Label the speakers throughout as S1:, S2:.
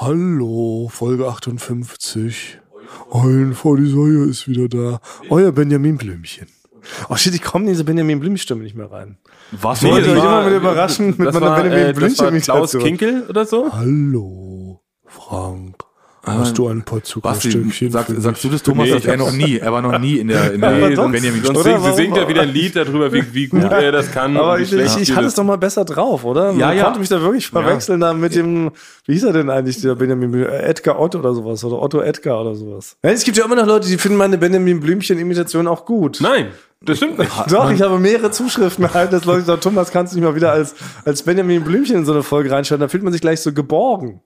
S1: Hallo, Folge 58. Eulen vor die Säue ist wieder da. Euer Benjamin Blümchen. Oh shit, ich komme in diese Benjamin Blümchen-Stimme nicht mehr rein.
S2: Was
S1: Nee,
S2: war
S1: wollte
S3: also
S2: das?
S1: euch immer wieder überraschen mit
S2: das
S1: meiner
S2: war,
S1: Benjamin
S2: äh, das war Klaus
S1: Blümchen-Imitation.
S2: Kinkel oder so?
S1: Hallo, Frank. Hast du ein paar
S3: Basti,
S1: Zuckerstückchen?
S3: sag,
S1: für mich?
S3: sagst du das, Thomas,
S2: Nee,
S3: dass
S2: ich
S3: er noch nie, er war noch nie in der, in der
S2: Nee,
S1: sonst-
S3: Benjamin
S2: Sonst
S1: Oder?
S2: singt, sie
S1: Warum-
S2: singt ja wieder ein Lied darüber, wie, wie gut er das kann.
S1: Aber
S2: und
S1: ich,
S2: wie
S1: ich,
S2: schlecht
S1: ich
S2: sie
S1: hatte
S2: das-
S1: es doch mal besser drauf, oder? Man
S2: Ja, ja.
S1: konnte mich da wirklich verwechseln da mit dem, wie hieß er denn eigentlich, der Benjamin Blümchen? Äh, Edgar Otto oder sowas, oder Otto Edgar oder sowas. Ja, es gibt ja immer noch Leute, die finden meine Benjamin Blümchen-Imitation auch gut.
S2: Nein, das stimmt nicht.
S1: Doch, ich habe mehrere Zuschriften erhalten, dass Leute sagen, Thomas, kannst du nicht mal wieder als, als Benjamin Blümchen in so eine Folge reinschalten? Da fühlt man sich gleich so geborgen.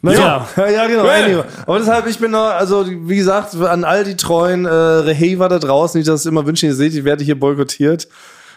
S1: Naja, ja, ja genau.
S2: Well.
S1: Anyway. Aber deshalb, ich bin da, also wie gesagt, an all die treuen äh, Rehever da draußen, die das immer wünschen, ihr seht, ich werde hier boykottiert.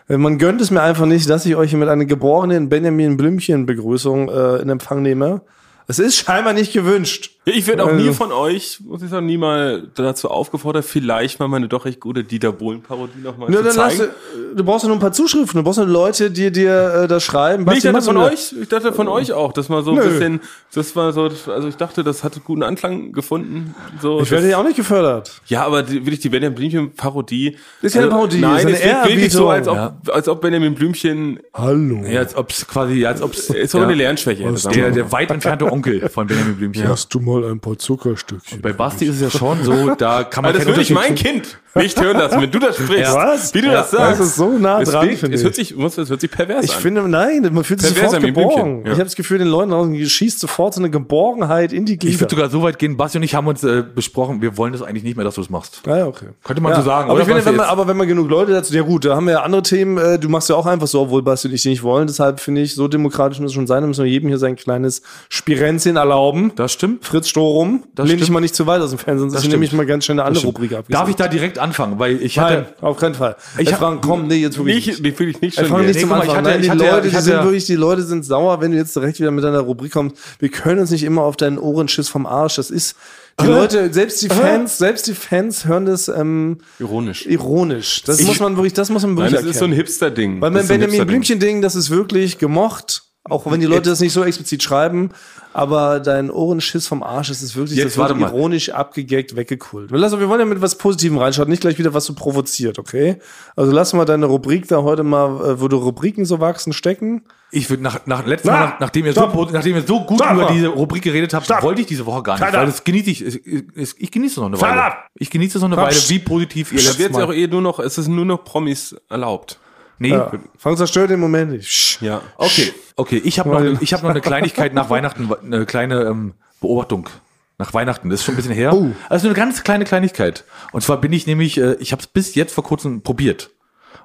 S1: Äh, Man gönnt es mir einfach nicht, dass ich euch hier mit einer geborenen Benjamin Blümchen-Begrüßung äh, in Empfang nehme. Es ist scheinbar nicht gewünscht.
S2: Ja, Ich werde auch
S1: Also-
S2: nie von euch, muss ich sagen, nie mal dazu aufgefordert, vielleicht mal meine doch recht gute Dieter Bohlen-Parodie nochmal
S1: Ja,
S2: zu
S1: dann lass,
S2: zeigen.
S1: du du brauchst ja nur ein paar Zuschriften, du brauchst nur Leute, die dir äh, das schreiben.
S2: Nee, ich
S1: Basti,
S2: dachte
S1: machst du
S2: von
S1: mir-
S2: euch, ich dachte von euch auch, dass mal so ein
S1: Nö.
S2: bisschen, das war so, also ich dachte, das hatte guten Anklang gefunden. So,
S1: Ich werde
S2: das-
S1: ja auch nicht gefördert.
S2: Ja, aber die, wirklich die Benjamin Blümchen Parodie.
S1: Ist keine Parodie, ist
S2: nein,
S1: eine
S2: es wirkt wirklich so, als ob,
S3: Ehrerbietung.
S2: als ob Benjamin Blümchen
S1: Hallo.
S3: Ja, als ob's quasi, als ob's,
S2: ist auch eine Lernschwäche. hätte, sagen wir
S3: der,
S2: mal.
S3: der weit entfernte Onkel von Benjamin Blümchen.
S1: Hast du mal ein paar Zuckerstückchen?
S3: Bei Basti ist es ja schon so, da kann man
S2: Also das
S3: keinen
S2: würde ich mein
S3: Unterschied-
S2: Kind nicht hören lassen, wenn du das sprichst.
S1: Ja. Was?
S2: Wie du
S1: Ja.
S2: das sagst.
S1: Das ist so nah
S2: es
S1: dran,
S2: wirkt-
S1: finde
S2: es
S1: ich.
S2: hört sich, muss, es hört sich pervers
S1: Ich
S2: an.
S1: finde, nein, man fühlt sich
S2: Pervers
S1: sofort
S2: am
S1: geborgen.
S2: Blümchen,
S1: Ich
S2: ja.
S1: habe das Gefühl, den Leuten draußen schießt sofort so eine Geborgenheit in die
S3: Ich
S1: Glieder.
S3: würde sogar so weit gehen, Basti und ich haben uns äh, besprochen, wir wollen das eigentlich nicht mehr, dass du es machst.
S1: ah, ja, okay.
S3: Könnte man
S1: ja,
S3: so sagen,
S1: aber,
S3: oder?
S1: ich finde,
S3: Basti,
S1: wenn man,
S3: jetzt-
S1: aber wenn man genug Leute dazu, ja gut, da haben wir ja andere Themen, äh, du machst ja auch einfach so, obwohl Basti und ich die nicht wollen, deshalb finde ich, so demokratisch muss es schon sein, da müssen wir jedem hier sein kleines Spirenzchen erlauben.
S3: Das stimmt.
S1: Fritz Storum,
S3: Das
S1: lehne ich
S3: stimmt.
S1: mal nicht zu weit aus dem Fernsehen, sonst
S3: stimmt.
S1: nehme ich mal ganz schnell eine andere Rubrik ab.
S3: Darf ich da direkt anfangen? Weil ich hatte,
S1: Nein, auf keinen Fall.
S3: Ich
S1: Ey,
S3: hab-
S1: Frank, komm, nee, jetzt wirklich
S2: nicht, die fühle ich nicht
S1: Ich
S2: schon.
S1: fang
S2: jetzt.
S1: nicht zum
S3: guck mal, ich
S1: Anfang.
S3: hatte-
S1: Nein, die
S3: ich hatte ja-
S1: Leute,
S3: ich
S1: die
S3: hatte
S1: sind
S3: ja-
S1: wirklich, die Leute sind sauer, wenn du jetzt direkt wieder mit deiner Rubrik kommst. Wir können uns nicht immer auf deinen Ohrenschiss vom Arsch. Das ist die Leute, selbst die Fans, selbst die Fans hören das ähm,
S2: ironisch.
S1: ironisch. Das
S2: Ich-
S1: muss man wirklich, das muss man
S2: Nein,
S1: wirklich
S2: das ist so ein
S1: erkennen.
S2: Hipster-Ding.
S1: Weil
S2: Das
S1: mein
S2: ist so ein
S1: Benjamin
S2: Hipster-Ding.
S1: Blümchen Ding, das ist wirklich gemocht. Auch wenn die Leute das nicht so explizit schreiben, aber dein Ohrenschiss vom Arsch, das ist wirklich,
S3: Jetzt
S1: das wird
S3: warte mal.
S1: ironisch abgegeckt, weggekult. Lass, wir wollen ja mit was Positivem reinschauen, nicht gleich wieder was so provoziert, okay? Also lass mal deine Rubrik da heute mal, äh, wo du Rubriken so wachsen, stecken.
S3: ich würde nach, nach letztem
S1: Na,
S3: Mal, nach, nachdem ihr so,
S1: stopp.
S3: po- nachdem ihr so gut
S1: Stopp
S3: über
S1: mal.
S3: diese Rubrik geredet habt,
S1: Stopp.
S3: wollte ich diese Woche gar nicht,
S1: Zeit
S3: weil
S1: ab.
S3: das genieße ich, ich, ich, ich genieße es noch eine
S1: Zeit
S3: Weile.
S1: ab.
S3: Ich genieße es noch eine
S1: Komm,
S3: Weile,
S1: psst.
S3: wie positiv ihr
S2: Da
S3: letztes
S2: wird
S3: Mal.
S2: auch eh nur noch, es ist nur noch Promis erlaubt.
S3: nee,
S1: Ja. Frank zerstört den Moment nicht. Sch.
S2: Ja.
S3: Okay, okay. Ich habe noch, eine- ich hab noch eine Kleinigkeit nach Weihnachten, eine kleine ähm, Beobachtung nach Weihnachten. Das ist schon ein bisschen her.
S1: Oh.
S3: Also eine ganz kleine Kleinigkeit. Und zwar bin ich nämlich, äh, ich habe es bis jetzt vor kurzem probiert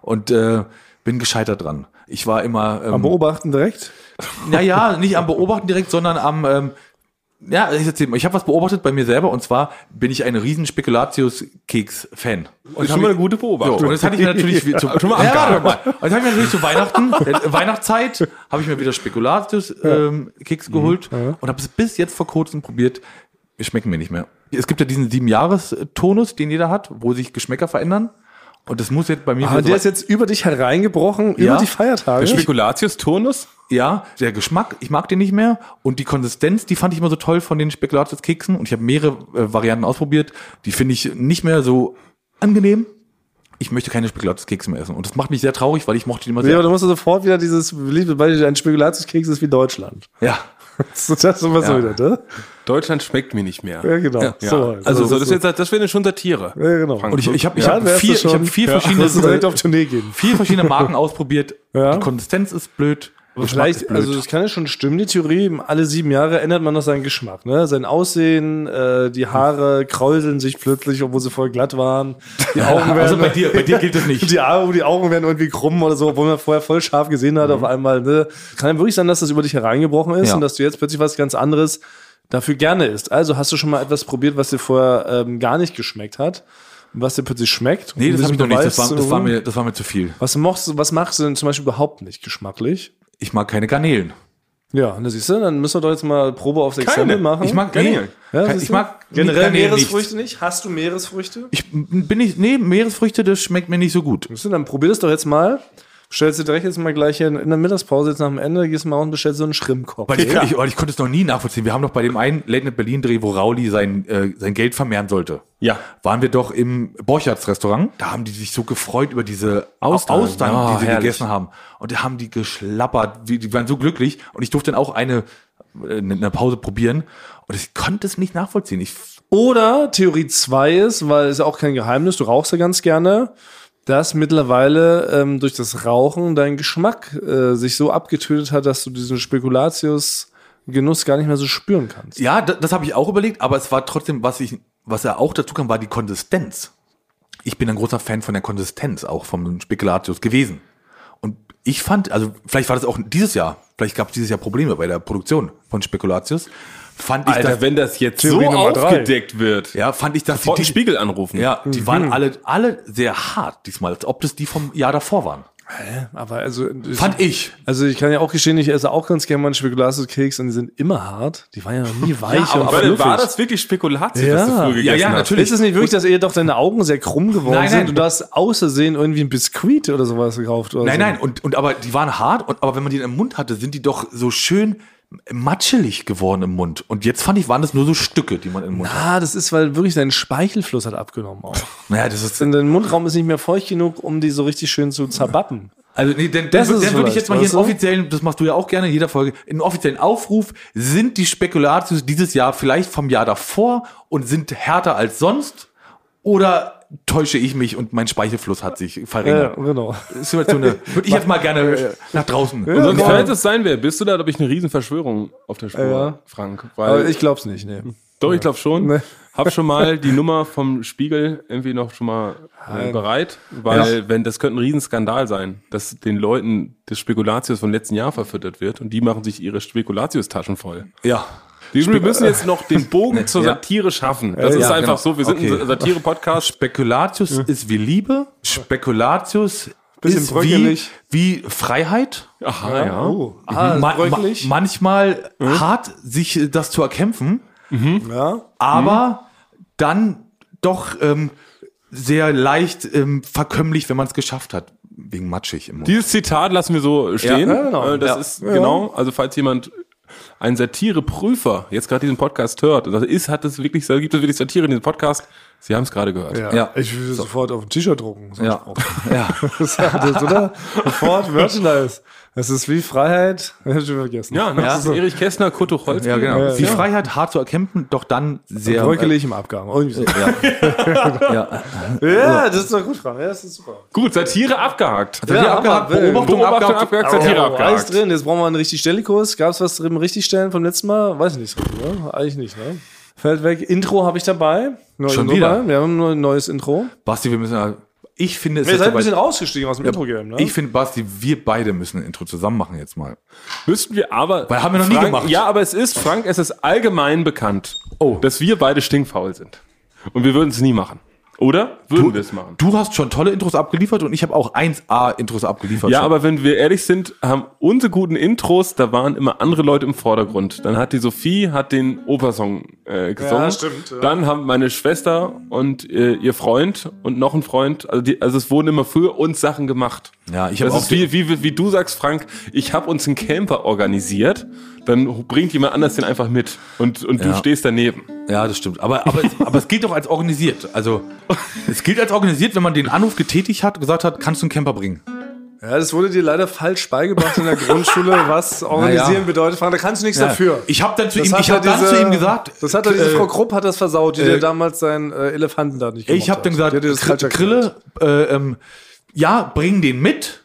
S3: und äh, bin gescheitert dran. Ich war immer,
S1: Am
S3: ähm,
S1: Beobachten direkt.
S3: naja, nicht am Beobachten direkt, sondern am, ähm, ja, ich erzähl mal. Ich habe was beobachtet bei mir selber und zwar bin ich ein riesen Spekulatius-Keks-Fan. Und
S2: Ist
S3: hab
S2: schon mal
S3: ich-
S2: eine gute
S3: so,
S2: Beobachtung.
S3: und das hatte ich mir natürlich wie zu, schon mal ja, warte mal. Und das habe ich mir natürlich zu Weihnachten, äh, Weihnachtszeit, habe ich mir wieder Spekulatius ähm, Keks geholt und habe es bis jetzt vor kurzem probiert. Die Schmecken mir nicht mehr. Es gibt ja diesen sieben Jahres Tonus, den jeder hat, wo sich Geschmäcker verändern. Und das muss jetzt bei mir.
S1: Aber Ah,
S3: wieder
S1: der ist
S3: so-
S1: jetzt über dich hereingebrochen,
S3: Also Ja.
S1: über die Feiertage.
S2: Der Spekulatius-Turnus?
S3: ja, der Geschmack, ich mag den nicht mehr. Und die Konsistenz, die fand ich immer so toll von den Spekulatius-Keksen. Und ich habe mehrere äh, Varianten ausprobiert. Die finde ich nicht mehr so angenehm. Ich möchte keine Spekulatius-Kekse mehr essen. Und das macht mich sehr traurig, weil ich mochte die immer
S1: Ja,
S3: sehr.
S1: aber du musst sofort wieder dieses beliebte Beispiel, ein Spekulatiuskeks ist wie Deutschland.
S3: Ja.
S1: So, das ist was
S3: Ja.
S1: wieder, ne?
S2: Deutschland schmeckt mir nicht mehr.
S1: Ja, genau.
S2: Ja.
S1: So halt.
S2: also,
S1: So,
S2: so, das, ist jetzt, das wäre schon Satire.
S1: Ja, genau.
S2: Frank,
S3: Und ich, ich habe ich
S1: Ja,
S3: hab
S1: wärst du
S3: vier, ich
S1: schon.
S3: hab vier,
S1: Ja, musst du
S3: verschiedene,
S1: direkt auf Tournee gehen.
S3: vier verschiedene Marken ausprobiert.
S1: Ja.
S3: Die Konsistenz ist blöd. Aber
S1: Vielleicht, also das kann ja schon stimmen, die Theorie. Alle sieben Jahre ändert man noch seinen Geschmack, ne? Sein Aussehen, äh, die Haare kräuseln sich plötzlich, obwohl sie voll glatt waren. Die Augen werden.
S3: also bei dir, bei dir gilt das nicht.
S1: Die, Augen, die Augen werden irgendwie krumm oder so, obwohl man vorher voll scharf gesehen hat auf einmal. Ne? Kann ja wirklich sein, dass das über dich hereingebrochen ist
S3: Mhm. Ja.
S1: und dass du jetzt plötzlich was ganz anderes dafür gerne isst. Also hast du schon mal etwas probiert, was dir vorher ähm, gar nicht geschmeckt hat und was dir plötzlich schmeckt? Um
S3: Nee, das
S1: diesen
S3: habe ich noch nicht. Das war,
S1: Beweis
S3: das,
S1: zu
S3: war
S1: holen?
S3: mir, das war mir zu viel.
S1: was, machst, du- was machst du denn zum Beispiel überhaupt nicht geschmacklich?
S3: Ich mag keine Garnelen.
S1: Ja, und da siehst du, dann müssen wir doch jetzt mal Probe aufs Exempel machen.
S3: Ich mag
S2: Garnelen.
S1: Ja,
S3: Kein-
S1: siehst
S3: ich
S1: du?
S3: mag
S1: generell
S3: Garnelen
S1: Meeresfrüchte nicht. Hast du Meeresfrüchte?
S3: Nicht. Ich bin nicht, nee, Meeresfrüchte, das schmeckt mir nicht so gut.
S1: Siehst du, Dann probier das doch jetzt mal. Stellst du direkt jetzt mal gleich hier in der Mittagspause, jetzt nach dem Ende, gehst du mal raus und bestellst so einen Schrimpkopf.
S3: Weil ich, ich, ich konnte es noch nie nachvollziehen. Wir haben doch bei dem einen Late Night Berlin Dreh, wo Rauli sein, äh, sein Geld vermehren sollte.
S2: Ja.
S3: Waren wir doch im Borchards Restaurant. Da haben die sich so gefreut über diese Austern, Austern
S2: Oh,
S3: die sie
S2: herrlich.
S3: gegessen haben. Und da haben die geschlappert. Die, die waren so glücklich. Und ich durfte dann auch eine äh, in der Pause probieren. Und ich konnte es nicht nachvollziehen. Ich,
S1: Oder Theorie 2 ist, weil es ist auch kein Geheimnis, du rauchst ja ganz gerne, dass mittlerweile ähm, durch das Rauchen dein Geschmack äh, sich so abgetötet hat, dass du diesen Spekulatius-Genuss gar nicht mehr so spüren kannst.
S3: ja, das, das habe ich auch überlegt. Aber es war trotzdem, was ich, was ja auch dazu kam, war die Konsistenz. Ich bin ein großer Fan von der Konsistenz auch vom Spekulatius gewesen. Und ich fand, also vielleicht war das auch dieses Jahr, vielleicht gab es dieses Jahr Probleme bei der Produktion von Spekulatius. Fand ich,
S2: Alter,
S3: dass-
S2: wenn das jetzt
S1: Theorie
S2: so
S1: Nummer drei.
S2: aufgedeckt wird,
S3: ja, fand ich, dass
S2: sofort den Spiegel Mhm. anrufen.
S3: Ja, die waren alle, alle sehr hart diesmal, als ob das die vom Jahr davor waren.
S1: Aber also, ich,
S3: Fand ich.
S1: also ich kann ja auch gestehen, ich esse auch ganz gerne mal einen Spekulatius-Keks und die sind immer hart. Die waren ja noch nie weich und
S2: Aber
S1: fluffig.
S2: war das wirklich Spekulatius,
S1: Ja.
S2: was du früher
S1: Ja,
S2: gegessen
S3: ja,
S2: hast?
S3: natürlich.
S1: Ist es nicht wirklich, dass ihr doch deine Augen sehr krumm geworden
S3: Nein, nein.
S1: sind und du hast außersehen irgendwie ein Biskuit oder sowas gekauft? Oder so?
S3: Nein, nein, und, und aber die waren hart, und, aber wenn man die im Mund hatte, sind die doch so schön matschelig geworden im Mund. Und jetzt fand ich, waren das nur so Stücke, die man im Mund hat.
S1: Ah, das ist, weil wirklich dein Speichelfluss hat abgenommen auch.
S3: Naja, das ist.
S1: Denn dein Mundraum ist nicht mehr feucht genug, um die so richtig schön zu zerbappen.
S3: Also, nee, denn,
S1: Das
S3: dann,
S1: ist
S3: dann würde ich
S1: vielleicht,
S3: jetzt mal hier
S1: weißt
S3: einen
S1: du?
S3: offiziellen, das machst du ja auch gerne in jeder Folge, einen offiziellen Aufruf, sind die Spekulatius dieses Jahr vielleicht vom Jahr davor und sind härter als sonst? Oder täusche ich mich und mein Speichelfluss hat sich
S1: Ja,
S3: verringert?
S1: genau.
S3: Das ist jetzt so eine, würde ich jetzt mal gerne nach draußen.
S1: Ja,
S2: Sonst
S1: genau.
S2: verhält es sein wer. Bist du da, habe ich eine Riesenverschwörung auf der Spur,
S1: Ja.
S2: Frank.
S1: Aber
S2: Weil
S1: ich glaub's nicht, nee.
S2: Doch, ich glaube schon.
S1: Ne.
S2: Hab schon mal die Nummer vom Spiegel irgendwie noch schon mal äh, bereit, weil wenn das könnte ein Riesenskandal sein, dass den Leuten das Spekulatius von letzten Jahr verfüttert wird und die machen sich ihre Spekulatius-Taschen voll.
S3: Ja.
S2: Wir wir müssen jetzt noch den Bogen zur
S3: Ja.
S2: Satire schaffen. Das
S1: Ja,
S2: ist
S1: ja,
S2: einfach
S3: genau.
S2: so. Wir sind
S3: Okay.
S2: ein Satire-Podcast.
S3: Spekulatius ist wie Liebe. Spekulatius
S1: Bisschen
S3: ist wie,
S1: bröckelig.
S3: wie Freiheit.
S2: Aha, ja.
S1: Oh. Ah,
S3: Ma- ma-
S1: bröckelig.
S3: manchmal hart, sich äh, das zu erkämpfen,
S1: Ja.
S3: aber
S1: Mhm.
S3: dann doch ähm, sehr leicht ähm, verkömmlich, wenn man es geschafft hat. Wegen matschig im Mund.
S2: Dieses Zitat lassen wir so stehen.
S1: ja, genau.
S2: Äh, Das
S1: Ja.
S2: ist genau. Also falls jemand ein Satireprüfer jetzt gerade diesen Podcast hört, und das ist, hat es wirklich, da gibt es wirklich Satire in diesem Podcast. Sie haben es gerade gehört.
S3: Ja.
S1: Ich würde sofort auf ein T-Shirt drucken. so ein
S3: Ja.
S1: Spruch.
S3: ja.
S1: Das hat das, oder? Sofort Merchandise. Das ist wie Freiheit. Hätte ich schon vergessen.
S2: Ja, ne?
S3: Ja.
S2: Das ist Erich Kästner, Kutto Holz.
S3: ja, genau.
S1: Ja,
S3: wie
S1: ja.
S3: Freiheit hart zu erkämpfen, doch dann sehr.
S1: Bröckelig im Abgang. Irgendwie so.
S3: Ja.
S1: Ja, das ist doch gut, Frank. Ja, das ist super.
S2: Gut, Satire abgehakt.
S3: Ja,
S1: Ja,
S3: abgehakt,
S1: aber, äh,
S3: Beobachtung,
S2: Beobachtung
S3: abgehakt.
S2: abgehakt, Satire
S1: Ja, alles
S2: abgehakt.
S1: Oh, drin. Jetzt brauchen wir einen richtig Stellikus. Gab's was drin richtig stellen vom letzten Mal? Weiß ich nicht. Ne? Eigentlich nicht, ne? Fällt weg. Intro habe ich dabei. Neue
S3: Schon
S1: Nummer.
S3: wieder?
S1: Wir haben nur ein neues Intro.
S3: Basti, wir müssen. ja- Ich finde es
S1: Ihr
S3: ist
S1: seid ein
S3: dabei-
S1: bisschen rausgestiegen aus dem Intro-Game, ne?
S3: Ich finde, Basti, wir beide müssen ein Intro zusammen machen jetzt mal.
S2: Müssten wir aber.
S3: Weil haben wir noch nie
S2: Frank,
S3: gemacht.
S2: Ja, aber es ist, Frank, es ist allgemein bekannt,
S3: Oh.
S2: dass wir beide stinkfaul sind. Und wir würden es nie machen. Oder? Würden wir es machen.
S3: Du hast schon tolle Intros abgeliefert und ich habe auch 1A-Intros abgeliefert.
S2: Ja,
S3: schon.
S2: aber wenn wir ehrlich sind, haben unsere guten Intros, da waren immer andere Leute im Vordergrund. Dann hat die Sophie hat den Opersong äh, gesungen.
S1: Ja, stimmt, ja.
S2: Dann haben meine Schwester und äh, ihr Freund und noch ein Freund, also, die, also es wurden immer für uns Sachen gemacht.
S3: Ja, ich hab
S2: das
S3: auch
S2: ist wie, wie, wie, wie du sagst, Frank, ich habe uns einen Camper organisiert, dann bringt jemand anders den einfach mit und, und du
S3: Ja.
S2: stehst daneben.
S3: ja, das stimmt. Aber, aber, es- aber es gilt doch als organisiert. Also, es gilt als organisiert, wenn man den Anruf getätigt hat und gesagt hat, kannst du einen Camper bringen?
S1: Ja, das wurde dir leider falsch beigebracht in der Grundschule, was organisieren
S3: Naja.
S1: bedeutet. Frank, da kannst du nichts dafür.
S3: Ich habe dann, zu
S1: Das
S3: ihm,
S1: hat
S3: ich
S1: ja
S3: hab dann
S1: diese-
S3: zu ihm gesagt.
S1: Das hat doch diese
S3: äh,
S1: Frau Krupp hat das versaut, die
S3: äh,
S1: dir damals seinen äh, Elefanten da nicht
S3: Ich habe dann gesagt, Kr-
S1: Krille.
S3: Krille, äh, ähm, ja, bring den mit,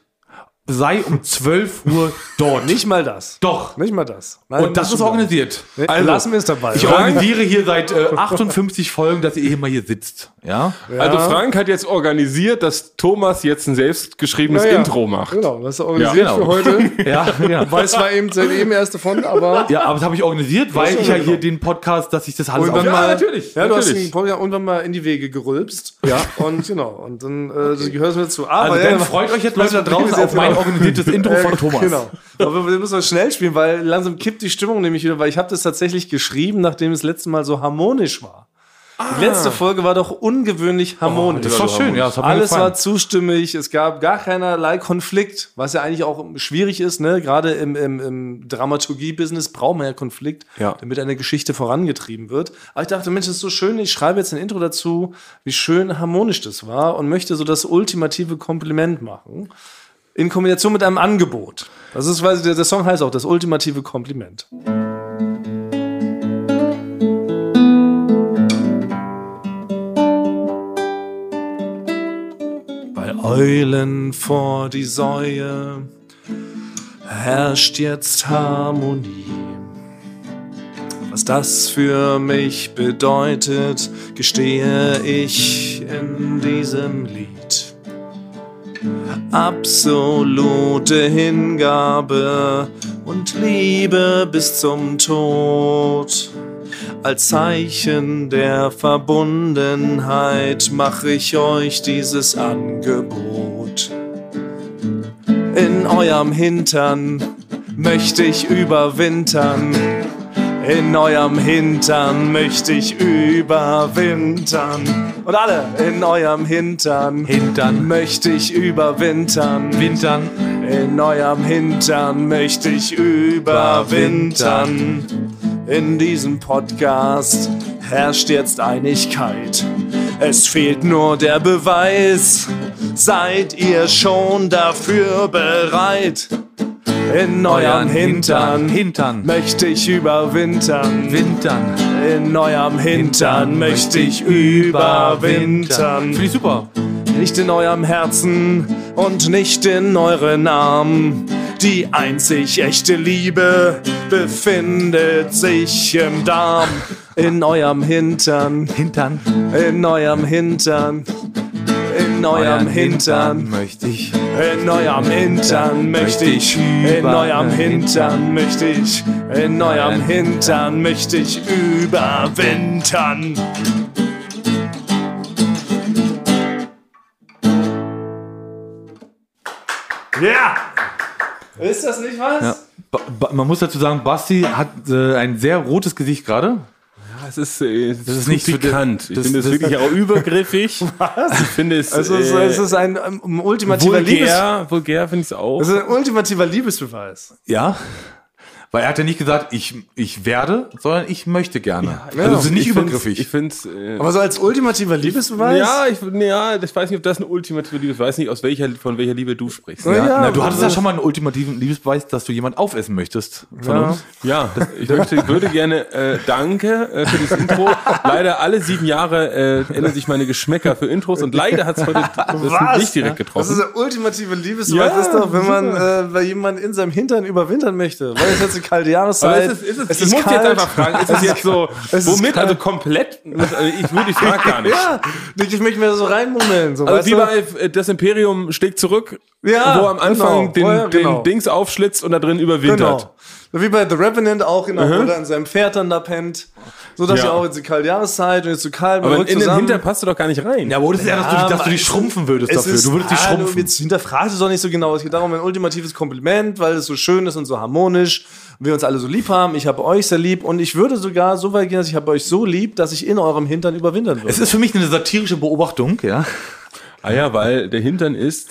S3: sei um 12 Uhr dort.
S1: Nicht mal das.
S3: Doch.
S1: Nicht mal das. Nein,
S3: Und das ist
S1: schon mal-
S3: organisiert. Also,
S1: Nee, Lassen wir es dabei.
S3: Ich
S1: oder?
S3: organisiere hier seit äh, 58 Folgen, dass ihr immer hier sitzt. Ja.
S2: Also Frank hat jetzt organisiert, dass Thomas jetzt ein selbstgeschriebenes
S1: Ja, ja.
S2: Intro macht.
S1: Genau, das ist organisiert
S3: Ja,
S1: für
S3: genau.
S1: heute.
S3: Ja, ja.
S1: Weiß war eben seit eben erst davon, aber.
S3: Ja, aber das habe ich organisiert, weil ich ja hier den Podcast, dass ich das alles
S1: Und dann
S3: auf-
S1: mal,
S2: natürlich,
S1: Ja, du hast
S2: natürlich.
S1: ihn Paul, ja irgendwann mal in die Wege gerülpst. Ja. Und genau. Und dann äh, das gehörst du mir zu. Aber
S3: Also
S1: ja,
S3: dann freut euch jetzt Leute da draußen auf mein organisiertes Intro von Thomas.
S1: Genau. Aber wir müssen das schnell spielen, weil langsam kippt die Stimmung nämlich wieder, weil ich habe das tatsächlich geschrieben, nachdem es letztes Mal so harmonisch war. Die letzte Folge war doch ungewöhnlich harmonisch.
S3: Ah. Oh, das war schön, ja, das hat mir
S1: Alles
S3: gefallen.
S1: war zustimmig, es gab gar keinerlei Konflikt, was ja eigentlich auch schwierig ist, ne? Gerade im, im, im Dramaturgie-Business braucht man ja Konflikt,
S2: Ja.
S1: damit eine Geschichte vorangetrieben wird. Aber ich dachte, Mensch, das ist so schön, ich schreibe jetzt ein Intro dazu, wie schön harmonisch das war und möchte so das ultimative Kompliment machen. In Kombination mit einem Angebot. Das ist, weil der, der Song heißt auch das ultimative Kompliment. Bei Eulen vor die Säue herrscht jetzt Harmonie. Was das für mich bedeutet, gestehe ich in diesem Lied. Absolute Hingabe und Liebe bis zum Tod. Als Zeichen der Verbundenheit mache ich euch dieses Angebot. In eurem Hintern möchte ich überwintern. In eurem Hintern möchte ich überwintern. Und alle, in eurem Hintern,
S3: Hintern.
S1: möchte ich überwintern.
S3: Wintern.
S1: In eurem Hintern möchte ich überwintern. In diesem Podcast herrscht jetzt Einigkeit. Es fehlt nur der Beweis. Seid ihr schon dafür bereit? In eurem Hintern
S3: Hintern.
S1: möchte ich überwintern.
S3: Wintern.
S1: In eurem Hintern möchte ich überwintern.
S3: Finde ich super.
S1: Nicht in eurem Herzen und nicht in euren Armen. Die einzig echte Liebe befindet sich im Darm. In eurem Hintern,
S3: Hintern.
S1: in eurem Hintern, in eurem Hintern,
S3: möchte ich.
S1: in eurem Hintern möchte ich, in eurem Hintern möchte ich, in eurem Hintern möchte ich überwintern. Ja! Ist das nicht was?
S3: Ja. Ba ba man muss dazu sagen, Basti hat äh, ein sehr rotes Gesicht gerade.
S2: Das ist, äh, das
S3: ist nicht
S2: bekannt.
S3: für-
S2: Ich
S3: das-
S2: finde es
S3: das-
S2: wirklich auch übergriffig. Was? Ich finde es,
S1: Also es,
S2: äh,
S1: es ist ein ähm, ultimativer, Liebes,
S2: vulgär, vulgär finde ich es auch.
S1: es ist ein ultimativer Liebesbeweis.
S3: Ja. Weil er hat ja nicht gesagt, ich, ich werde, sondern ich möchte gerne. also es ist nicht
S2: ich find's-
S3: übergriffig.
S2: Ich finde es. Äh,
S1: Aber so als ultimativer Liebesbeweis?
S2: ja, ich, ja, ich weiß nicht, ob das eine ultimative Liebe ist. Ich weiß nicht, aus welcher, von welcher Liebe du sprichst.
S1: Ja,
S3: Na, du hattest ja
S1: also-
S3: schon mal einen ultimativen Liebesbeweis, dass du jemand aufessen möchtest von
S1: Ja.
S3: uns.
S2: Ja, ich möchte, ich würde gerne äh, danke äh, für dieses Intro. Leider alle sieben Jahre äh, ändern sich meine Geschmäcker für Intros und leider hat es heute das nicht
S1: Das ist
S2: direkt getroffen.
S1: der ultimative Liebesbeweis.
S2: Ja,
S1: das ist doch, wenn man äh, bei jemandem in seinem Hintern überwintern möchte. Weil es jetzt eine kalte
S2: Aber
S1: Jahreszeit
S2: ich muss jetzt einfach fragen, ist es jetzt so,
S1: Es ist
S2: womit,
S1: kalt.
S2: also komplett, also ich würde, ich frage gar nicht.
S1: Ja, ich, ich möchte mir so reinmummeln. So,
S2: Also
S1: weißt
S2: wie
S1: du?
S2: bei äh, das Imperium schlägt zurück,
S1: Ja,
S2: wo am
S1: genau.
S2: Anfang den,
S1: Ja, genau.
S2: den Dings aufschlitzt und da drin überwintert.
S1: genau. So wie bei The Revenant auch, genau, wo er an seinem Pferd dann da pennt. So dass
S2: Mhm. Ja.
S1: ja auch jetzt die kalte Jahreszeit und jetzt so kalt man
S2: Aber
S1: rückt
S2: in den
S1: zusammen.
S2: Hintern passt du doch gar nicht rein.
S3: Ja, aber das ist eher, dass du, dich- dass du dich schrumpfen würdest
S1: Es
S3: dafür.
S1: ist-
S3: Du würdest dich
S1: Ah, du-
S3: schrumpfen.
S1: Jetzt hinterfragst du es doch nicht so genau. Es geht darum, ein ultimatives Kompliment, weil es so schön ist und so harmonisch. Und wir uns alle so lieb haben. Ich habe euch sehr lieb. Und ich würde sogar so weit gehen, dass ich habe euch so lieb, dass ich in eurem Hintern überwintern würde.
S3: Es ist für mich eine satirische Beobachtung, ja.
S2: Ah ja, weil der Hintern ist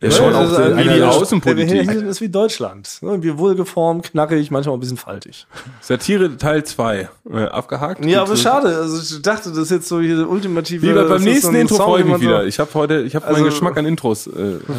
S3: Ja,
S1: Ja,
S3: schon
S1: das
S3: auch
S1: ist
S3: so-
S1: ein-
S2: wie die
S1: der-
S2: Außenpolitik.
S1: Der Hintern ist wie Deutschland. Irgendwie wohlgeformt, knackig, manchmal auch ein bisschen faltig.
S2: Satire Teil 2 äh, abgehakt.
S1: Ja,
S2: Gut,
S1: aber
S2: so-
S1: schade. Also ich dachte, das ist jetzt so hier der ultimative...
S2: Lieber
S1: das
S2: beim
S1: ist so
S2: nächsten
S1: ein
S2: Intro
S1: Song,
S2: freue ich
S1: den
S2: mich
S1: man so-
S2: wieder. Ich habe heute, ich habe
S1: Also-
S2: meinen Geschmack an Intros. Äh,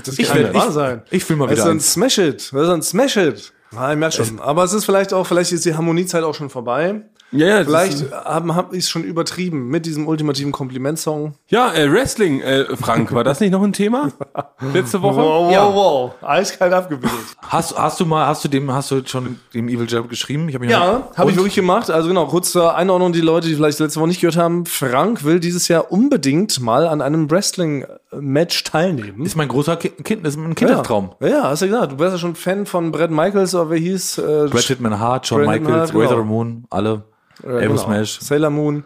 S1: Das
S3: Ich
S1: kann
S3: werde-
S1: nicht wahr
S3: ich-
S1: sein.
S3: ich will mal
S1: Das
S3: wieder
S1: ist ein
S3: eins.
S1: Smash-It. Das ist ein Smash-It. Ja, ich merke schon. Aber es ist vielleicht auch, vielleicht ist die Harmoniezeit auch schon vorbei.
S2: ja, ja, das Ist,
S1: Vielleicht habe hab ich es schon übertrieben mit diesem ultimativen Komplimentsong.
S2: ja, äh, Wrestling, äh, Frank, war das nicht noch ein Thema letzte Woche?
S1: Oh, wow, wow. Eiskalt abgebildet.
S3: Hast, hast du mal, hast du dem, hast du schon dem Evil Jab geschrieben? Ich hab ihn
S1: Ja,
S3: noch- Oh,
S1: habe ich
S3: Und?
S1: wirklich gemacht. Also genau, kurz zur Einordnung, die Leute, die vielleicht letzte Woche nicht gehört haben. Frank will dieses Jahr unbedingt mal an einem Wrestling-Match teilnehmen.
S3: Ist mein großer Ki- Kind, ist mein Kindheitstraum.
S1: Ja, hast du gesagt. Du wärst ja schon Fan von Brett Michaels oder wer hieß? Äh,
S3: Brad Pittman Hart, John
S1: Brandon
S3: Michaels,
S1: Hart, genau.
S3: Razor Ramon, alle. Elbow
S1: genau.
S3: Smash.
S1: Sailor Moon.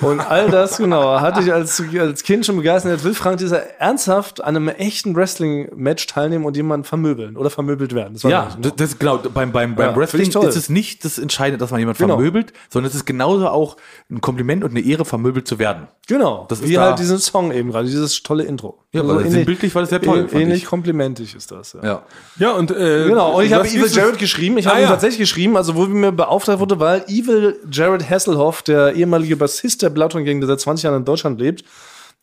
S1: Und all das, genau, hatte ich als, als Kind schon begeistert. Jetzt will Frank dieser ernsthaft an einem echten Wrestling-Match teilnehmen und jemanden vermöbeln oder vermöbelt werden. Das war
S3: Ja, das, das genau, beim, beim, beim
S1: Ja,
S3: Wrestling
S1: finde ich toll.
S3: ist es nicht das Entscheidende, dass man jemand
S1: Genau.
S3: vermöbelt, sondern es ist genauso auch ein Kompliment und eine Ehre, vermöbelt zu werden.
S1: Genau,
S3: Das
S1: das
S3: ist
S1: wie
S3: da-
S1: halt diesen Song eben gerade, dieses tolle Intro.
S3: Ja, aber sinnbildlich war das sehr toll,
S1: ähn-
S3: fand
S1: Ähnlich
S3: ich.
S1: komplimentig ist das, ja.
S2: Ja, und äh,
S1: Genau, und ich
S2: was
S1: habe Evil
S2: hieß es?
S1: Jared geschrieben. Ich habe
S2: Ah,
S1: ihn
S2: ja.
S1: tatsächlich geschrieben, also wo mir beauftragt wurde, weil Evil Jared Hasselhoff, der ehemalige Bassist der Bloodhound Gang, der seit 20 Jahren in Deutschland lebt,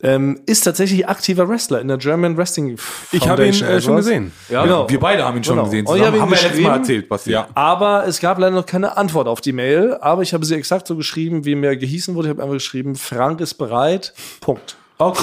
S1: ähm, ist tatsächlich aktiver Wrestler in der German Wrestling
S2: Ich habe ihn
S1: Foundation
S2: äh,
S1: oder
S2: schon
S1: sowas.
S2: gesehen.
S3: Ja,
S1: Genau.
S3: wir beide haben ihn schon
S1: Genau.
S3: gesehen.
S1: Oh, ich habe ihn
S3: haben wir ja letztes Mal
S1: geschrieben.
S3: erzählt, Basti.
S2: Ja.
S1: Aber es gab leider noch keine Antwort auf die Mail, aber ich habe sie exakt so geschrieben, wie mir gehießen wurde. Ich habe einfach geschrieben, Frank ist bereit, Punkt.
S3: Okay.